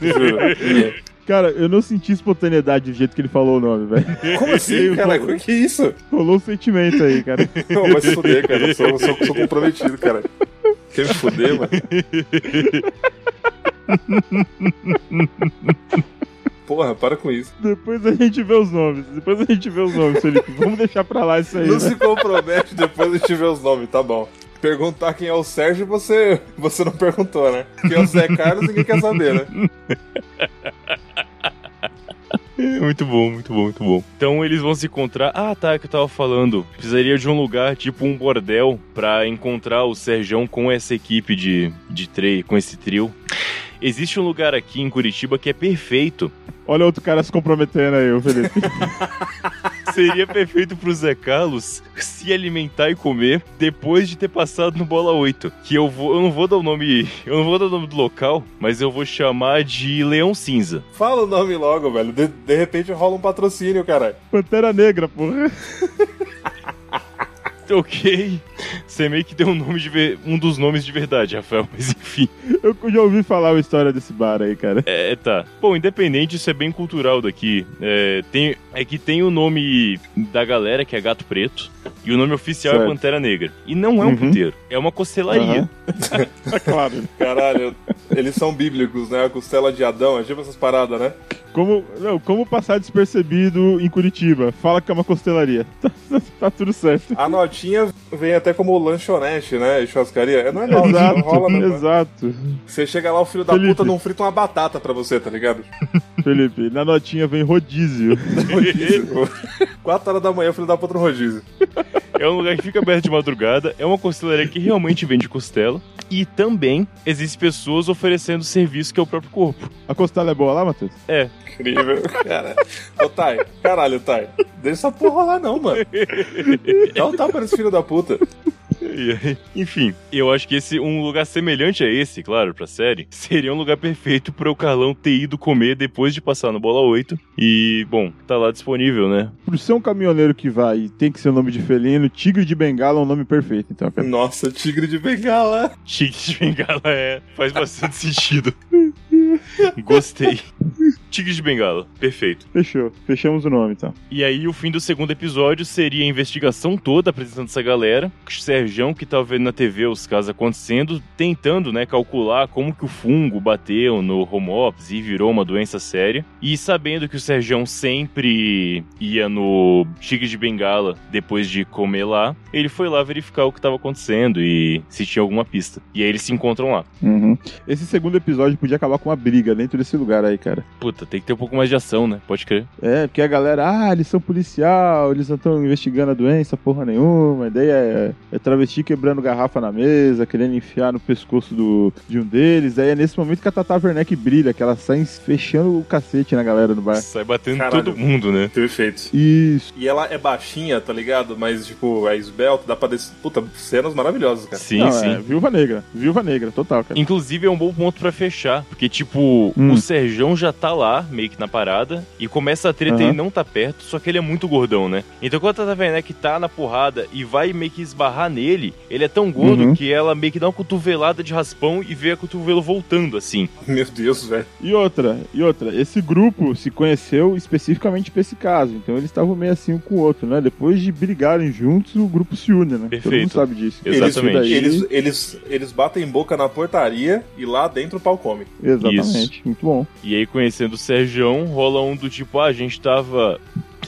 Speaker 2: Juro. ninguém.
Speaker 3: Cara, eu não senti espontaneidade do jeito que ele falou o nome, velho.
Speaker 2: Como assim, cara? O que é isso?
Speaker 3: Rolou um sentimento aí, cara.
Speaker 2: Não, vai se fuder, cara. Eu sou, eu sou, sou comprometido, cara. Quer me fuder, mano? Porra, para com isso.
Speaker 3: Depois a gente vê os nomes. Depois a gente vê os nomes, Felipe. Vamos deixar pra lá isso aí.
Speaker 2: Não
Speaker 3: né?
Speaker 2: se compromete depois de tiver os nomes, tá bom. Perguntar quem é o Sérgio, você, você não perguntou, né? Quem é o Zé Carlos, ninguém quer saber, né?
Speaker 1: É, Muito bom, muito bom, muito bom. Então eles vão se encontrar. Ah, tá, que eu tava falando. Precisaria de um lugar, tipo um bordel, pra encontrar o Serjão com essa equipe de, de três, com esse trio. Existe um lugar aqui em Curitiba que é perfeito.
Speaker 3: Olha outro cara se comprometendo aí, ô Felipe.
Speaker 1: Seria perfeito pro Zé Carlos se alimentar e comer depois de ter passado no Bola 8. Que eu vou. Eu não vou dar o nome. Eu não vou dar o nome do local, mas eu vou chamar de Leão Cinza.
Speaker 2: Fala o nome logo, velho. De, de repente rola um patrocínio, caralho.
Speaker 3: Pantera Negra, porra.
Speaker 1: Ok. Você meio que deu um nome de ver- um dos nomes de verdade, Rafael, mas enfim.
Speaker 3: Eu já ouvi falar a história desse bar aí, cara.
Speaker 1: É, tá. Bom, independente, isso é bem cultural daqui. É, tem, é que tem o nome da galera, que é Gato Preto, e o nome oficial é
Speaker 3: Certo.
Speaker 1: Pantera Negra. E não é um
Speaker 3: Uhum.
Speaker 1: puteiro, é uma costelaria.
Speaker 3: Aham.
Speaker 1: É
Speaker 3: Tá claro.
Speaker 2: Caralho, eles são bíblicos, né? A costela de Adão, é tipo essas paradas, né?
Speaker 3: Como, não, como passar despercebido em Curitiba? Fala que é uma costelaria. Tá, tá- tá tudo certo.
Speaker 2: A notinha vem até como lanchonete, né? E churrascaria. É normal, isso não rola,
Speaker 3: Exato,
Speaker 2: né?
Speaker 3: exato.
Speaker 2: Você chega lá, o filho da
Speaker 3: Felipe.
Speaker 2: puta não frita uma batata pra você, tá ligado?
Speaker 3: Felipe, na notinha vem rodízio.
Speaker 2: Rodízio, pô. Quatro horas da manhã, o filho da puta no rodízio.
Speaker 1: É um lugar que fica aberto de madrugada, é uma costelaria que realmente vende costela. E também existem pessoas oferecendo serviço que é o próprio corpo.
Speaker 3: A costela é boa lá, Matheus?
Speaker 1: É,
Speaker 2: Incrível, cara. Ô, Thay, caralho, Thay. Deixa essa porra lá não, mano. Dá um tapa nesse filho da puta.
Speaker 1: E aí, Enfim, eu acho que esse um lugar semelhante a esse, claro, pra série, seria um lugar perfeito para o Carlão ter ido comer depois de passar no Bola 8. E, bom, tá lá disponível, né?
Speaker 3: Por ser um caminhoneiro que vai e tem que ser o nome de felino, Tigre de Bengala é um nome perfeito, então, cara.
Speaker 2: Nossa, tigre de bengala.
Speaker 1: Chique de Bengala é. faz bastante sentido. Gostei. Tigre de Bengala, perfeito.
Speaker 3: Fechou. Fechamos o nome, então.
Speaker 1: E aí, o fim do segundo episódio seria a investigação toda apresentando essa galera. O Serjão, que tá vendo na TV os casos acontecendo, tentando, né, calcular como que o fungo bateu no home office e virou uma doença séria. E sabendo que o Serjão sempre ia no Tigre de Bengala depois de comer lá, ele foi lá verificar o que tava acontecendo e se tinha alguma pista. E aí eles se encontram lá.
Speaker 3: Uhum. Esse segundo episódio podia acabar com uma briga dentro desse lugar aí, cara.
Speaker 1: Puta, luta, tem que ter um pouco mais de ação, né? Pode crer.
Speaker 3: É, porque a galera, ah, eles são policial, eles não estão investigando a doença, porra nenhuma. A ideia é, é travesti quebrando garrafa na mesa, querendo enfiar no pescoço do, de um deles. Aí é nesse momento que a Tata Werneck brilha, que ela sai fechando o cacete na galera no bar.
Speaker 1: Sai batendo
Speaker 2: Caralho.
Speaker 1: todo mundo, né?
Speaker 2: Perfeito.
Speaker 3: Isso.
Speaker 2: E ela é baixinha, tá ligado? Mas, tipo, é esbelta, dá pra descer. Puta, cenas maravilhosas, cara.
Speaker 1: Sim,
Speaker 3: Não,
Speaker 1: sim.
Speaker 3: é, viúva negra. Viúva negra, total, cara.
Speaker 1: Inclusive é um bom ponto pra fechar, porque tipo,
Speaker 3: Hum.
Speaker 1: o Serjão já tá lá, meio que na parada, e começa a treta
Speaker 3: Aham.
Speaker 1: e ele não tá perto, só que ele é muito gordão, né? Então quando a Tata Werneck tá na porrada e vai meio que esbarrar nele, ele é tão gordo
Speaker 3: Uhum.
Speaker 1: que ela meio que dá uma cotovelada de raspão e vê a cotovelo voltando, assim.
Speaker 2: Meu Deus, velho.
Speaker 3: E outra, e outra, esse grupo se conheceu especificamente pra esse caso, então eles estavam meio assim um com o outro, né? Depois de brigarem juntos, o grupo se une, né? Todo mundo
Speaker 1: Perfeito.
Speaker 3: sabe disso.
Speaker 1: Exatamente.
Speaker 3: Isso daí-
Speaker 2: Eles, eles, eles batem boca na portaria e lá dentro o pau come.
Speaker 3: Exatamente. Muito bom.
Speaker 1: E aí conhecendo o Serjão, rola um do tipo, ah, a gente tava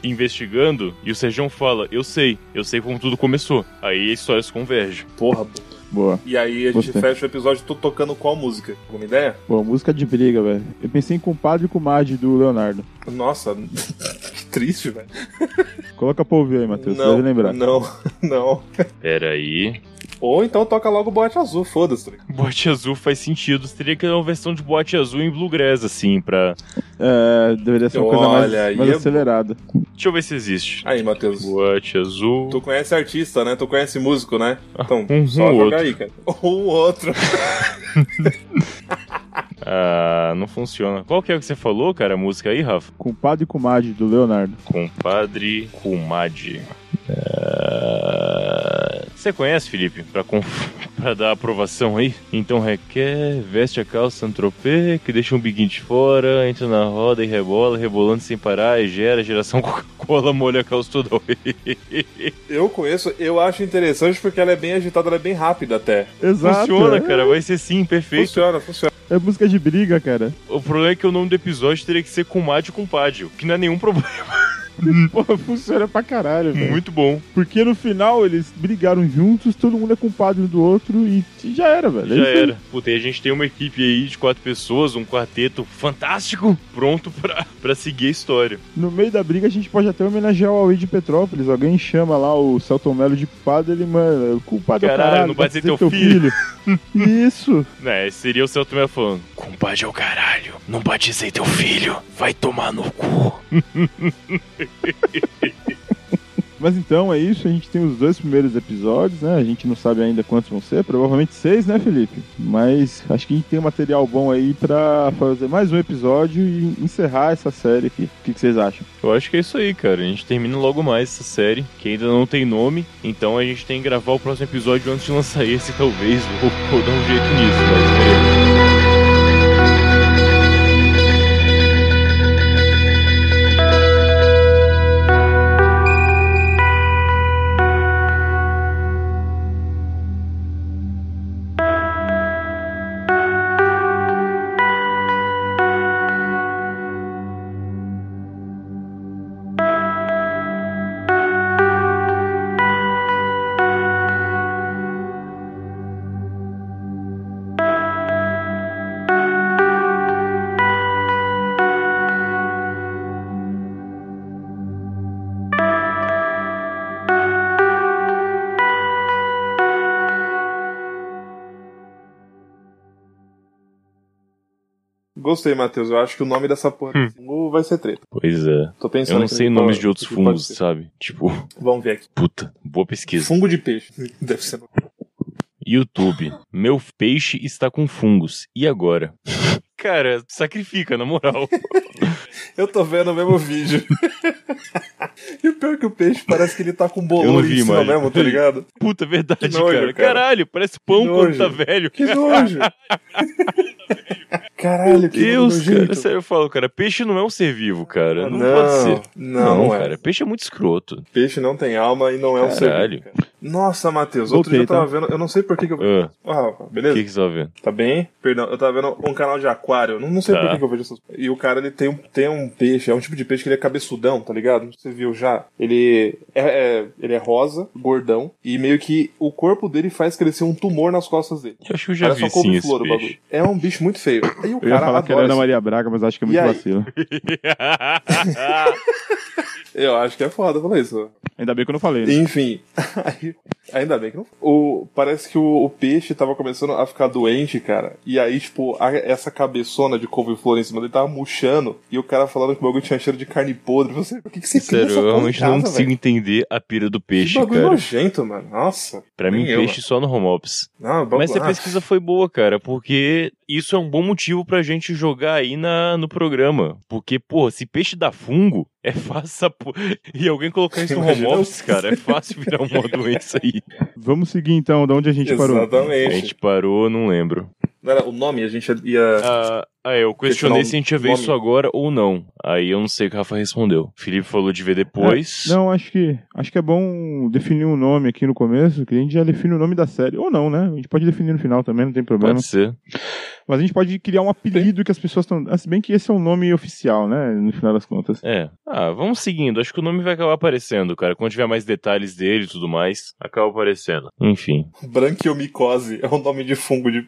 Speaker 1: investigando, e o Serjão fala, eu sei, eu sei como tudo começou. Aí a história se converge.
Speaker 2: Porra.
Speaker 3: Boa.
Speaker 2: E aí a gente
Speaker 3: Gostei.
Speaker 2: fecha o episódio todo tocando qual música? Alguma ideia?
Speaker 3: Boa, música de briga, velho. Eu pensei em Compadre e Comadre do Leonardo.
Speaker 2: Nossa, que triste, velho.
Speaker 3: Coloca pra ouvir aí, Matheus. Você
Speaker 2: Não,
Speaker 3: deve lembrar.
Speaker 2: não, não.
Speaker 1: Pera aí...
Speaker 2: Ou então toca logo o bote azul, foda-se. tá ligado?
Speaker 1: Boate azul faz sentido. Você teria que ter uma versão de boate azul em bluegrass, assim, pra.
Speaker 3: É, deveria ser uma coisa
Speaker 2: Olha
Speaker 3: mais,
Speaker 2: aí,
Speaker 3: mais
Speaker 2: é-
Speaker 3: acelerada.
Speaker 1: Deixa eu ver se existe.
Speaker 2: Aí, Matheus.
Speaker 1: Boate azul.
Speaker 2: Tu conhece artista, né? Tu conhece músico, né? Então,
Speaker 1: um
Speaker 2: só
Speaker 1: ou
Speaker 2: jogar aí, cara. Ou outro.
Speaker 1: Ah, não funciona. Qual que é o que você falou, cara? A música aí, Rafa?
Speaker 3: Compadre e Comadre do Leonardo.
Speaker 1: Compadre Kumadi. Ah, Você conhece, Felipe? Pra, conf... pra dar aprovação aí? Então requer, veste a calça antropê, que deixa um biguinho de fora, entra na roda e rebola, rebolando sem parar, e gera, geração Coca-Cola, molha a calça toda hora.
Speaker 2: Eu conheço, eu acho interessante porque ela é bem agitada, ela é bem rápida até.
Speaker 3: Exato.
Speaker 1: Funciona,
Speaker 3: é.
Speaker 1: cara. Vai ser sim, perfeito.
Speaker 2: Funciona, funciona.
Speaker 3: É música de briga, cara.
Speaker 1: O problema é que o nome do episódio teria que ser com mate e com Padre, o que não é nenhum problema.
Speaker 3: Porra, funciona pra caralho, velho.
Speaker 1: Hum. Muito bom.
Speaker 3: Porque no final eles brigaram juntos, todo mundo é compadre um do outro e já era, velho. É
Speaker 1: Já
Speaker 3: isso aí.
Speaker 1: era. Puta, e a gente tem uma equipe aí de quatro pessoas, um quarteto fantástico, pronto pra, pra seguir a história.
Speaker 3: No meio da briga a gente pode até homenagear o Aui de Petrópolis. Alguém chama lá o Celton Mello de padre, ele, mano, é culpado
Speaker 1: Caralho,
Speaker 3: caralho,
Speaker 1: não vai ser
Speaker 3: bater
Speaker 1: teu filho.
Speaker 3: filho. isso.
Speaker 1: Né, seria o Celto Melo falando: Compadre é o caralho, não batizei teu filho, vai tomar no cu.
Speaker 3: Mas então é isso, a gente tem os dois primeiros episódios, né? A gente não sabe ainda quantos vão ser, provavelmente seis, né, Felipe? Mas acho que a gente tem um material bom aí pra fazer mais um episódio e encerrar essa série aqui. O que que vocês acham?
Speaker 1: Eu acho que é isso aí, cara. A gente termina logo mais essa série, que ainda não tem nome, então a gente tem que gravar o próximo episódio antes de lançar esse, talvez. Vou, vou dar um jeito nisso, mas é. beleza.
Speaker 2: Gostei, Matheus. Eu acho que o nome dessa porra
Speaker 1: Hum.
Speaker 2: desse fungo vai ser treta.
Speaker 1: Pois é.
Speaker 2: Tô pensando
Speaker 1: Eu não
Speaker 2: aqui
Speaker 1: sei
Speaker 2: no-
Speaker 1: nomes de outros
Speaker 2: o que pode
Speaker 1: fungos,
Speaker 2: ser.
Speaker 1: sabe? Tipo,
Speaker 2: Vamos ver aqui.
Speaker 1: puta, boa pesquisa.
Speaker 2: Fungo de peixe. Deve ser.
Speaker 1: YouTube. Meu peixe está com fungos. E agora? Cara, sacrifica, na moral.
Speaker 2: Eu tô vendo o mesmo vídeo. e o pior é que o peixe parece que ele tá com
Speaker 1: Eu
Speaker 2: bolão
Speaker 1: não
Speaker 2: em
Speaker 1: vi,
Speaker 2: cima
Speaker 1: mano.
Speaker 2: mesmo, tá ligado?
Speaker 1: Puta, verdade,
Speaker 2: Que nojo,
Speaker 1: cara.
Speaker 2: cara.
Speaker 1: Caralho, parece pão
Speaker 2: Que
Speaker 1: quando tá
Speaker 2: nojo.
Speaker 1: velho.
Speaker 2: Que nojo! Caralho, que
Speaker 1: Deus,
Speaker 2: nojento.
Speaker 1: cara. Sério, eu falo, cara, peixe não é um ser vivo, cara. Não,
Speaker 2: não,
Speaker 1: pode ser.
Speaker 2: Não, é.
Speaker 1: cara, peixe é muito escroto.
Speaker 2: Peixe não tem alma e não é um ser.
Speaker 1: Caralho. tá?
Speaker 2: vivo, cara. Nossa, Matheus, outro
Speaker 3: Voltei,
Speaker 2: dia eu tava vendo. Eu não sei por que que eu.
Speaker 1: Ah,
Speaker 2: Ah,
Speaker 1: O
Speaker 2: beleza.
Speaker 1: que, que você tá vendo?
Speaker 2: Tá bem? Perdão, eu tava vendo um canal de aquário. Não, não sei
Speaker 1: Tá.
Speaker 2: por que, que eu vejo essas E o cara, ele tem um, tem um peixe, é um tipo de peixe que ele é cabeçudão, tá ligado? Você viu já? Ele é, é- ele é rosa, gordão, e meio que o corpo dele faz crescer um tumor nas costas dele.
Speaker 1: Eu acho que eu já
Speaker 2: Parece
Speaker 1: vi
Speaker 2: uma
Speaker 1: sim esse
Speaker 2: couve-flor o bagulho.
Speaker 1: peixe.
Speaker 2: É um bicho muito feio. E o
Speaker 3: Eu ia
Speaker 2: cara
Speaker 3: falar que era
Speaker 2: adora.
Speaker 3: Ana
Speaker 1: um
Speaker 3: Maria Braga, mas acho que é
Speaker 2: E
Speaker 3: muito
Speaker 2: aí?
Speaker 3: vacilo.
Speaker 2: isso. Eu acho que é foda falar isso.
Speaker 3: Ainda bem que eu não falei, né?
Speaker 2: Enfim, aí, ainda bem que não. O, parece que o, o peixe tava começando a ficar doente, cara. E aí, tipo, a- essa cabeçona de couve-flor em cima dele tava murchando. E o cara falando que o bagulho tinha cheiro de carne podre. Você, por que, que você cria
Speaker 1: Sério,
Speaker 2: essa
Speaker 1: eu
Speaker 2: porra em
Speaker 1: realmente não
Speaker 2: casa,
Speaker 1: consigo
Speaker 2: velho?
Speaker 1: entender a pira do peixe,
Speaker 2: Que bagulho
Speaker 1: cara.
Speaker 2: nojento, mano. Nossa.
Speaker 1: Pra mim,
Speaker 2: Nem eu,
Speaker 1: peixe só no home ops.
Speaker 2: mano. Não, bagulho...
Speaker 1: Mas essa
Speaker 2: ah,
Speaker 1: pesquisa foi boa, cara, porque isso é um bom motivo pra gente jogar aí na, no programa. Porque, porra, se peixe dá fungo, é fácil essa por... E alguém colocar isso no home
Speaker 2: Imagina
Speaker 1: office, cara, é fácil virar uma doença aí.
Speaker 3: Vamos seguir então, de onde a gente parou.
Speaker 1: A
Speaker 2: Exatamente.
Speaker 1: gente parou, não lembro.
Speaker 2: Não era o nome a gente ia.
Speaker 1: Ah, ah, eu questionei
Speaker 2: Questionar
Speaker 1: se a gente ia ver
Speaker 2: nome.
Speaker 1: isso agora ou não. Aí eu não sei o que o Rafa respondeu. Felipe falou de ver depois.
Speaker 3: É, Não, acho que, acho que é bom definir um nome aqui no começo, que a gente já define o nome da série. Ou não, né? A gente pode definir no final também, não tem problema.
Speaker 1: Pode ser.
Speaker 3: Mas a gente pode criar um apelido que as pessoas estão. Se bem que esse é um nome oficial, né? No final das contas.
Speaker 1: É. Ah, vamos seguindo. Acho que o nome vai acabar aparecendo, cara. Quando tiver mais detalhes dele e tudo mais, acaba aparecendo. Enfim.
Speaker 2: Branquiomicose. É o nome de fungo de